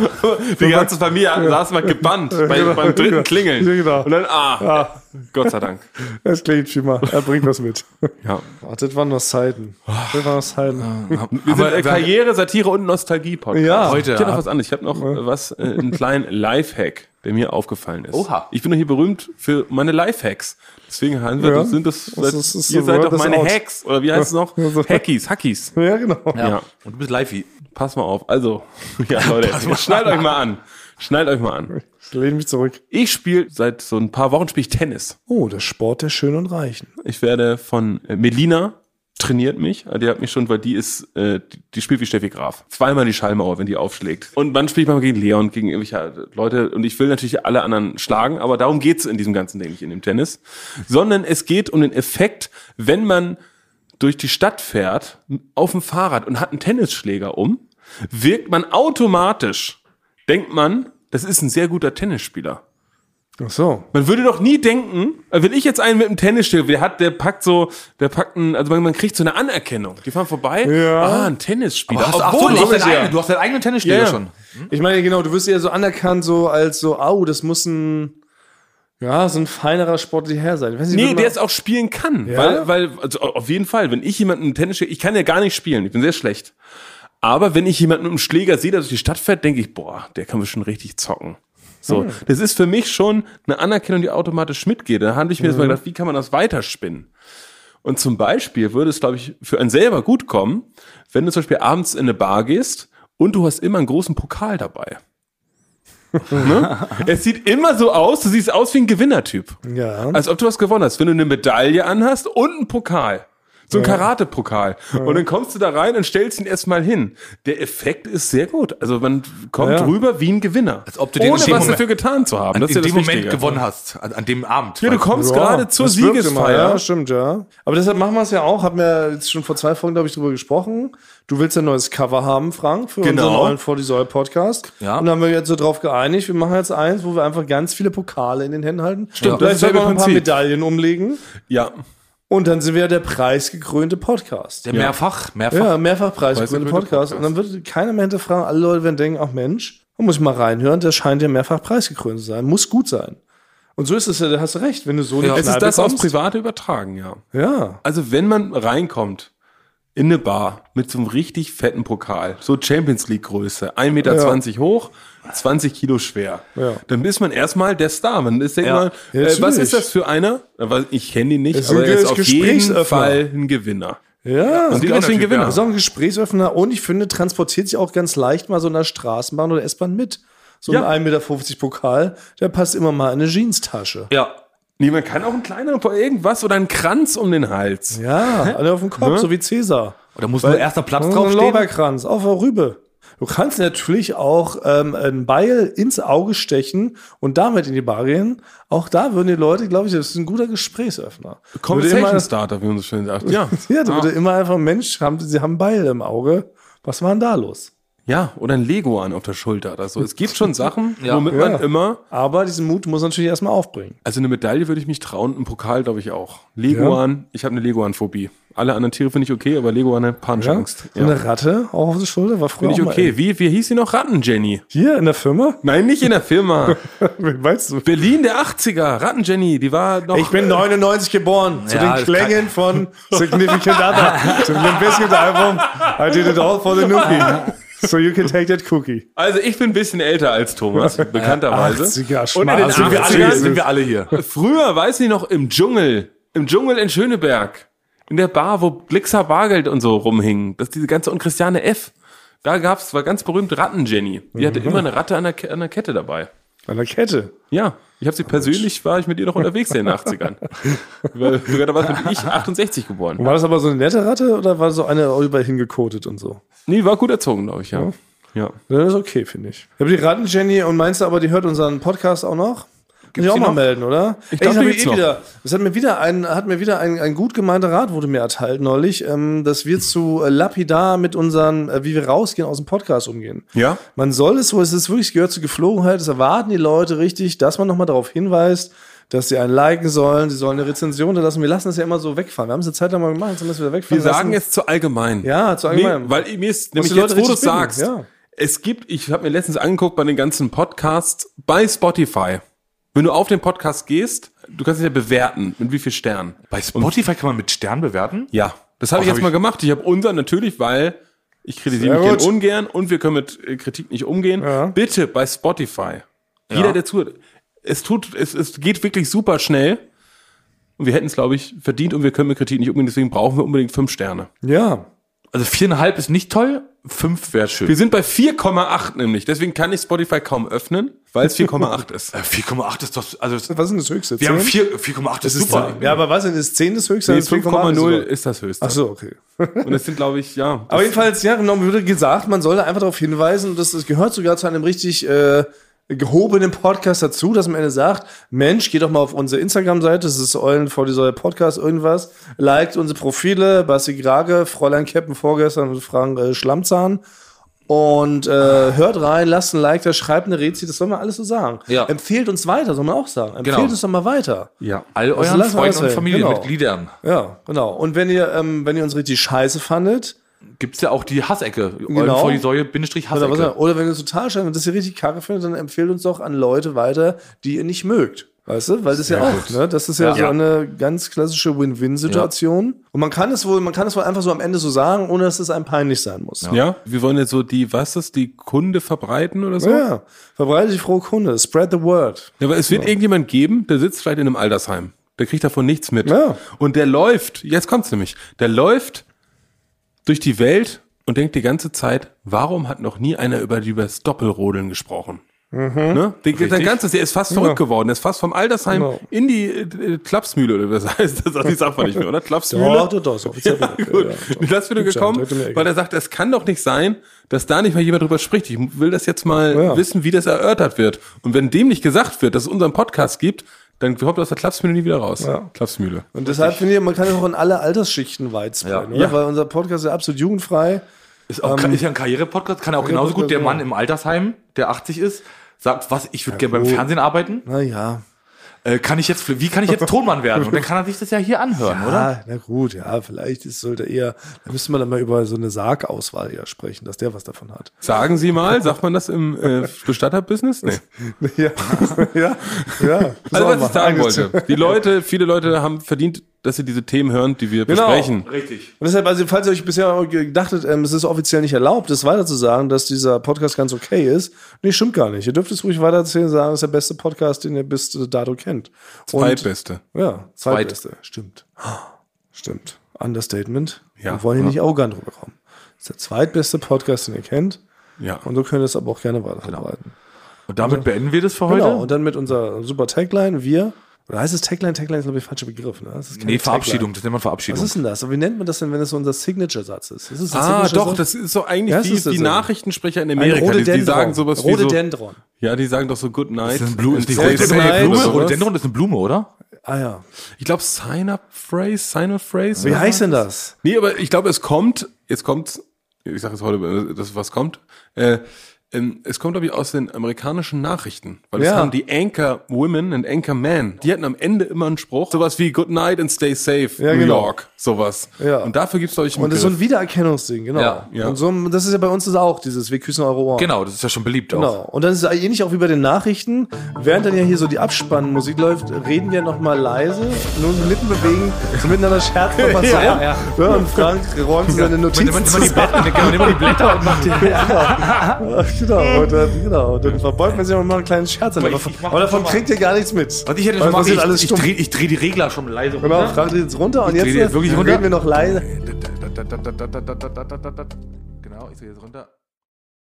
S2: Die ganze Familie saß mal gebannt bei, beim dritten Klingeln.
S1: Ja, genau.
S2: Und dann, ah, Gott sei Dank.
S1: Das klingt viermal, er bringt was mit.
S2: Ja.
S1: Ach, das waren noch Zeiten.
S2: Oh.
S1: Das waren noch Zeiten.
S2: Wir sind äh,
S3: wir-
S2: Karriere, Satire und Nostalgie-Podcast.
S1: Ja.
S3: Heute,
S2: Ich hab
S3: ja.
S2: noch was anderes. Ich habe noch äh, was, äh, einen kleinen Lifehack, der mir aufgefallen ist.
S3: Oha.
S2: Ich bin doch hier berühmt für meine Lifehacks. Deswegen haben wir,
S1: Ja.
S2: sind das,
S1: Das ist- ist
S2: ihr
S1: so
S2: seid
S1: word
S2: doch
S1: is
S2: meine
S1: out.
S2: Hacks. Oder wie heißt es noch?
S1: Ja, so.
S2: Hackies, Hackies.
S1: Ja, genau.
S2: Ja.
S3: Und du bist Live.
S2: Pass mal auf. Also, ja, Leute, schnallt euch mal an. Schnallt euch mal an.
S1: Ich lehne mich zurück.
S2: Ich spiele seit so ein paar Wochen spiele ich Tennis.
S1: Oh, der Sport der Schönen und Reichen.
S2: Ich werde von äh, Melina trainiert mich. Äh, Die hat mich schon, weil die ist, äh, die- die spielt wie Steffi Graf. Zweimal die Schallmauer, wenn die aufschlägt. Und dann spiele ich mal gegen Leon, gegen irgendwelche äh, Leute. Und ich will natürlich alle anderen schlagen, aber darum geht's in diesem ganzen Ding nicht in dem Tennis. Sondern es geht um den Effekt, wenn man durch die Stadt fährt, auf dem Fahrrad und hat einen Tennisschläger um, wirkt man automatisch, denkt man, das ist ein sehr guter Tennisspieler.
S1: Ach so.
S2: Man würde doch nie denken, äh, wenn ich jetzt einen mit dem Tennis stehe, der hat, der packt so, der packt einen, also man, man kriegt so eine Anerkennung. Die fahren vorbei,
S1: Ja.
S2: ah, ein Tennisspieler.
S3: du, hast
S2: ich
S3: deinen
S2: ja-
S3: eigenen, du hast deinen eigenen Tennisschläger
S2: Ja, ja.
S3: schon.
S2: Hm?
S1: Ich meine, genau, du wirst eher so anerkannt, so als so, au, das muss ein, ja, so ein feinerer sportlicher Herr sein. Ich weiß nicht,
S2: Nee,
S1: wird
S2: der
S1: man-
S2: es auch spielen kann. Weil, weil, also au- auf jeden Fall, wenn ich jemanden mit dem Tennis stehe, ich kann ja gar nicht spielen, ich bin sehr schlecht. Aber wenn ich jemanden mit einem Schläger sehe, der durch die Stadt fährt, denke ich, boah, der kann schon richtig zocken. So,
S1: Hm.
S2: das ist für mich schon eine Anerkennung, die automatisch mitgeht. Da habe ich mir jetzt
S1: Hm.
S2: mal gedacht, wie kann man das weiterspinnen? Und zum Beispiel würde es, glaube ich, für einen selber gut kommen, wenn du zum Beispiel abends in eine Bar gehst und du hast immer einen großen Pokal dabei. ne? Es sieht immer so aus, du siehst aus wie ein Gewinnertyp.
S1: Ja.
S2: Als ob du was gewonnen hast, wenn du eine Medaille anhast und einen Pokal. So ein Karate-Pokal. Und dann kommst du da rein und stellst ihn erstmal hin. Der Effekt ist sehr gut. Also man kommt
S1: Ja.
S2: rüber wie ein Gewinner. Als
S3: ob du den
S2: Ohne
S3: in
S2: was
S3: dem Moment-
S2: dafür getan zu haben.
S3: An,
S2: Das ist
S3: in
S2: ja
S3: dem
S2: das
S3: Moment
S2: Wichtige.
S3: gewonnen hast, an, an dem Abend.
S2: Ja, du kommst gerade zur
S1: das wirkt immer,
S2: Siegesfeier.
S1: Ja, stimmt, ja. Aber deshalb machen wir es ja auch. Haben wir jetzt schon vor zwei Folgen, glaube ich, drüber gesprochen. Du willst ein neues Cover haben, Frank, für
S2: Genau.
S1: unseren neuen Vor die Säule Podcast.
S3: Ja.
S1: Und da haben wir jetzt so drauf geeinigt. Wir machen jetzt eins, wo wir einfach ganz viele Pokale in den Händen halten.
S2: Stimmt, das
S1: Vielleicht
S2: ist
S1: sollten
S2: selbe
S1: wir noch ein paar
S2: Prinzip.
S1: Medaillen umlegen.
S2: Ja.
S1: Und dann sind wir der preisgekrönte Podcast.
S3: Der mehrfach, mehrfach.
S1: ja, mehrfach preisgekrönte
S2: Preisgekrönte
S1: Podcast.
S2: Podcast.
S1: Und dann wird keiner mehr hinterfragen. Alle Leute werden denken, ach Mensch, da muss ich mal reinhören, der scheint ja mehrfach preisgekrönt zu sein. Muss gut sein. Und so ist es ja, da hast du recht, wenn du so eine
S3: Ja.
S2: Es ist
S1: Kneipe
S2: das aufs
S1: kommst.
S2: Private übertragen, ja.
S1: Ja.
S2: Also wenn man reinkommt in eine Bar mit so einem richtig fetten Pokal, so Champions League Größe, 1,20 Meter hoch, 20 Kilo schwer,
S1: Ja.
S2: dann ist man erstmal der Star. Man ist denkt
S3: Ja.
S2: mal,
S1: Ja,
S2: äh, was
S1: natürlich.
S2: ist das für einer? Äh, weil Ich kenne ihn nicht,
S1: Es
S2: aber
S1: sind
S2: er ist auf
S1: Gesprächsöffner.
S2: jeden Fall ein Gewinner.
S1: Ja.
S2: Und
S1: Das
S3: ein geiler
S2: deswegen
S3: Typ,
S2: Gewinner.
S3: ja.
S1: ist auch ein Gesprächsöffner und ich finde, transportiert sich auch ganz leicht mal so in der Straßenbahn oder S-Bahn mit. So
S2: Ja.
S1: ein 1,50 Meter Pokal, der passt immer mal in eine Jeanstasche.
S3: Ja.
S2: Nee, man kann auch einen kleineren, irgendwas oder einen Kranz um den Hals.
S1: Ja, alle auf dem Kopf,
S2: Ne?
S1: so wie Cäsar.
S3: Oder muss nur erster Platz
S1: Und ein
S3: draufstehen?
S1: Lorbeerkranz auf der Rübe. Du kannst natürlich auch ähm, ein Beil ins Auge stechen und damit in die Bar gehen. Auch da würden die Leute, glaube ich, das ist ein guter Gesprächsöffner. Würde immer,
S2: Conversation Starter, wie man so schön sagt. Ja. Ah.
S1: ja, da würde immer einfach, Mensch, haben, sie haben ein Beil im Auge. Was war denn da los?
S2: ja, oder ein Lego an auf der Schulter oder so. Es gibt schon Sachen,
S3: Ja.
S2: womit
S1: Ja.
S2: man immer
S1: Aber diesen Mut muss man natürlich erstmal aufbringen.
S2: Also eine Medaille würde ich mich trauen, einen Pokal glaube ich auch. Leguan, ich habe eine Leguan-Phobie. Alle anderen Tiere finde ich okay, aber Leguan hat
S1: Ja?
S2: Panschangst.
S1: So eine Ratte auch auf der Schulter war früher
S2: Finde ich
S1: auch mal
S2: okay.
S1: in-
S2: Wie, wie hieß sie noch? Ratten-Jenny.
S1: Hier in der Firma?
S2: Nein, nicht in der Firma.
S1: weißt du?
S2: Berlin der 80er. Ratten-Jenny, die war noch...
S1: Ich bin 99 geboren. Zu
S3: Ja,
S1: den
S3: das
S1: Klängen von Significant Other. Zu dem bisschen Album. I did it all for the nookie. So you can take that cookie.
S2: also ich bin ein bisschen älter als Thomas,
S3: Also?
S2: bekannterweise.
S1: 80er,
S2: Und in
S1: Schmarrn.
S2: den
S3: Sind wir,
S2: 80er
S3: alle, sind wir alle hier.
S2: Früher, weiß ich noch, im Dschungel. Im Dschungel in Schöneberg. In der Bar, wo Glixer Bargeld und so rumhingen. Das ist diese ganze und Christiane F. Da gab's, war ganz berühmt Ratten-Jenny. Die
S1: Mhm.
S2: hatte immer eine Ratte an der, Ke- an der Kette dabei.
S1: An der Kette.
S2: Ja, ich habe sie persönlich, war ich mit ihr noch unterwegs in den 80ern. Weil sogar da war ich 68 geboren.
S1: War das aber so eine nette Ratte oder war so eine überall hingekotet und so?
S2: Nee, war gut erzogen, glaube ich, ja. Ja.
S1: Das ist okay, finde ich. Ich habe die Ratten, Jenny, und meinst du aber, die hört unseren Podcast auch noch? Kann ich auch
S2: die
S1: mal
S2: noch?
S1: melden, oder? Ich
S2: glaub,
S1: hab
S2: die
S1: mir
S2: gibt's noch.
S1: wieder, es hat mir wieder ein, hat mir wieder ein, ein gut gemeinter Rat wurde mir erteilt neulich, ähm, dass wir zu äh, lapidar mit unseren, äh, wie wir rausgehen aus dem Podcast umgehen.
S2: Ja.
S1: Man soll es, wo es ist wirklich gehört zur Geflogenheit, es erwarten die Leute richtig, dass man nochmal darauf hinweist, dass sie einen liken sollen, sie sollen eine Rezension da lassen. Wir lassen das ja immer so wegfahren. Wir haben es eine Zeit lang mal gemacht, jetzt haben wir es wieder
S2: Wir
S1: wegfahren
S2: sagen
S1: lassen.
S2: es zu allgemein.
S1: Ja, zu
S2: Mir,
S1: allgemein.
S2: weil mir ist nämlich
S1: die
S2: jetzt,
S1: Leute
S2: wo du
S1: richtig finden,
S2: sagst,
S1: ja.
S2: es gibt, ich habe mir letztens angeguckt bei den ganzen Podcasts bei Spotify. Wenn du auf den Podcast gehst, du kannst ihn ja bewerten, mit wie viel Sternen.
S3: Bei Spotify kann man mit Stern bewerten?
S2: Ja, das habe ich
S3: hab
S2: jetzt mal
S3: ich-
S2: gemacht. Ich habe unseren natürlich, weil ich kritisiere
S1: Sehr
S2: mich
S1: gut.
S2: gern ungern und wir können mit äh, Kritik nicht umgehen.
S1: Ja.
S2: Bitte bei Spotify. Jeder, der zuhört. Es tut, es, es geht wirklich super schnell. Und wir hätten es, glaube ich, verdient und wir können mit Kritik nicht umgehen. Deswegen brauchen wir unbedingt fünf Sterne.
S1: Ja.
S3: Also viereinhalb ist nicht toll, fünf wäre schön.
S2: Wir sind bei 4,8 nämlich. Deswegen kann ich Spotify kaum öffnen, weil es 4,8 ist.
S3: Äh, 4,8 ist doch, also
S1: Was ist denn das höchste?
S3: wir haben
S1: Zehn?
S3: 4 4,8 ist super.
S1: Ja, aber was denn? Ist 10 das höchste?
S2: Nee,
S1: Ist 5,8
S2: 5,0
S1: sogar?
S2: ist das höchste.
S1: Ach so, okay.
S2: Und es sind, glaube ich, ja.
S1: Aber jedenfalls, ja, genau, mir wurde gesagt, man sollte einfach darauf hinweisen, und das, das gehört sogar zu einem richtig äh, gehobenen Podcast dazu, dass man am Ende sagt, Mensch, geh doch mal auf unsere Instagram-Seite, das ist Eulen vor dieser Podcast, irgendwas, liked unsere Profile, Basti Grage, Fräulein Keppen vorgestern und Frank äh, Schlammzahn. Und äh, hört rein, lasst ein Like da, schreibt eine Rezi, das soll man alles so sagen.
S3: Ja.
S1: Empfehlt uns weiter, soll man auch sagen. Empfehlt
S3: Genau.
S1: uns doch mal weiter.
S2: ja.
S3: All
S1: Also lassen wir
S3: euren
S1: das
S3: Freunden und
S1: weg,
S3: Familienmitgliedern.
S1: Ja, genau. Und wenn ihr, ähm, wenn ihr uns richtig scheiße fandet,
S3: Gibt's ja auch die Hassecke. Eulen
S1: Genau.
S3: vor die Säue, Bindestrich
S1: Oder, was,
S3: Hassecke.
S1: oder wenn ihr es total scheiße, wenn das hier richtig kacke findet, dann empfehlt uns doch an Leute weiter, die ihr nicht mögt. Weißt du? Weil das ist ja auch, ne? Das ist ja, so
S3: Ja.
S1: eine ganz klassische Win-Win-Situation. Und man kann es wohl, man kann es wohl einfach so am Ende so sagen, ohne dass es einem peinlich sein muss. Ja.
S2: Ja, wir wollen jetzt so die, was ist, die Kunde verbreiten oder so?
S1: ja. Verbreite die frohe Kunde. Spread the word.
S2: Ja, aber es wird irgendjemand geben, der sitzt vielleicht in einem Altersheim. Der kriegt davon nichts mit.
S1: Ja.
S2: Und der läuft, jetzt kommt's nämlich, der läuft durch die Welt und denkt die ganze Zeit, warum hat noch nie einer über, über das Doppelrodeln gesprochen?
S1: Mhm.
S2: Ne? Der, sein ganzes, der ist fast verrückt geworden. Der ist fast vom Altersheim
S1: Genau.
S2: in die äh, äh, Klapsmühle, oder was heißt das? Das ist einfach nicht mehr, oder? Klapsmühle?
S1: Doch, doch, doch. Ja,
S2: Gut, das würde gekommen,
S1: direkt um die Ecke.
S2: weil er sagt, es kann doch nicht sein, dass da nicht mal jemand drüber spricht. Ich will das jetzt mal
S1: Ja.
S2: wissen, wie das erörtert wird. Und wenn dem nicht gesagt wird, dass es unseren Podcast gibt, dann kommt aus der Klapsmühle nie wieder raus.
S1: Ja.
S2: Klapsmühle.
S1: Und deshalb finde ich, man kann es auch in alle Altersschichten weit spreaden,
S3: Ja.
S1: oder?
S2: Ja.
S1: Weil unser Podcast ist ja absolut jugendfrei.
S3: Ist, auch,
S1: ähm,
S3: ist ja ein Karriere-Podcast, kann ja auch genauso
S1: genau.
S3: gut der Mann im Altersheim, der 80 ist, sagt, was, ich würde gerne beim Fernsehen arbeiten.
S1: Naja.
S3: äh, kann ich jetzt, wie kann ich jetzt Tonmann werden? Und dann kann er sich das ja hier anhören, oder?
S1: Ah, na gut, ja, vielleicht ist, sollte eher, da müsste man dann mal über so eine Sargauswahl ja sprechen, dass der was davon hat.
S2: Sagen Sie mal, sagt man das im äh, Bestatter-Business? Nee.
S1: Ja, ja, ja.
S2: Also was ich sagen wollte, die Leute, viele Leute haben verdient, dass sie diese Themen hören, die wir
S1: Genau.
S2: besprechen.
S3: Richtig.
S1: Und deshalb, also falls ihr euch bisher gedachtet, ähm, es ist offiziell nicht erlaubt, das weiterzusagen, dass dieser Podcast ganz okay ist, nee, stimmt gar nicht. Ihr dürft es ruhig weitererzählen und sagen, es ist der beste Podcast, den ihr bis dato kennt. Und-
S2: Zweitbeste.
S1: Ja, zweitbeste. Stimmt. Stimmt. Understatement.
S2: Ja.
S1: Wir wollen hier
S2: Ja.
S1: nicht arrogant rüberkommen. Das ist der zweitbeste Podcast, den ihr kennt.
S2: Ja.
S1: Und so könnt ihr es aber auch gerne
S2: Genau.
S1: weiterverbreiten.
S3: Und damit beenden wir das für heute.
S1: Genau. Und dann mit unserer super Tagline, wir, oder heißt es Tagline? Tagline ist, glaube ich, falscher Begriff. Ne? Das ist keine Tagline.
S3: nee, Verabschiedung, das nennt man Verabschiedung.
S1: Was ist denn das? Und wie nennt man das denn, wenn es so unser Signature-Satz ist? ist es ein
S2: Ah,
S1: Signature-Satz?
S2: doch, das ist so eigentlich
S1: Ja, es
S2: wie
S1: ist das
S2: die
S1: so.
S2: Nachrichtensprecher in
S1: Ein
S2: Amerika. Die, die
S1: Rhododendron.
S2: sagen sowas wie so,
S1: Rhododendron.
S2: Ja, die sagen doch so Good Night.
S3: Das ist ein Blume, ist
S2: and
S3: nicht
S2: stay
S1: Rose-
S2: safe
S1: Rose-
S2: oder
S3: Blume,
S1: Rose-
S2: sowas.
S3: Rhododendron ist eine Blume, oder?
S1: Ah ja.
S2: Ich glaube Sign Up Phrase, Sign Up Phrase.
S1: Wie heißt denn das?
S2: Nee, aber ich glaube, es kommt, jetzt kommt's, ich sage jetzt heute, das was kommt. Äh, ähm, es kommt, glaube ich, aus den amerikanischen Nachrichten. Weil es
S1: Ja.
S2: haben die Anchor Women und Anchor Men, die hatten am Ende immer einen Spruch, sowas wie Good Night and Stay Safe,
S1: Ja,
S2: New
S1: genau.
S2: York, sowas.
S1: Ja.
S2: Und dafür gibt's glaube ich, einen
S1: Und das ist so
S2: Begriff.
S1: ein Wiedererkennungsding, genau.
S3: Ja,
S2: ja.
S1: Und so, ein- das ist ja bei uns das auch, dieses Wir küssen eure Ohren.
S3: Genau, das ist ja schon beliebt auch.
S1: Genau. Und dann ist es ähnlich auch wie bei den Nachrichten. Während dann ja hier so die Abspannmusik läuft, reden wir nochmal leise, nur die Lippen bewegen, so miteinander scherzen nochmal
S3: Ja,
S1: zusammen.
S3: ja.
S1: Ja, und Frank räumt so seine
S3: Man
S1: Notizen.
S3: nimmt immer die Blätter- man nimmt immer die Blätter und macht die.
S1: Ja, genau. Und dann, genau. Und dann verbeugt man sich und macht einen kleinen Scherz. an. Aber, aber davon kriegt ihr gar nichts mit.
S3: Was ich hätte schon
S1: Weil
S3: mal
S1: passiert
S3: ich,
S1: alles
S3: ich,
S1: stumpf.
S3: dreh, ich dreh die Regler schon leise
S1: Genau,
S3: runter.
S1: Frank dreht jetzt runter und
S3: Ich
S1: jetzt
S3: drehe jetzt wirklich runter.
S1: reden wir noch leise.
S3: Genau, ich drehe jetzt runter.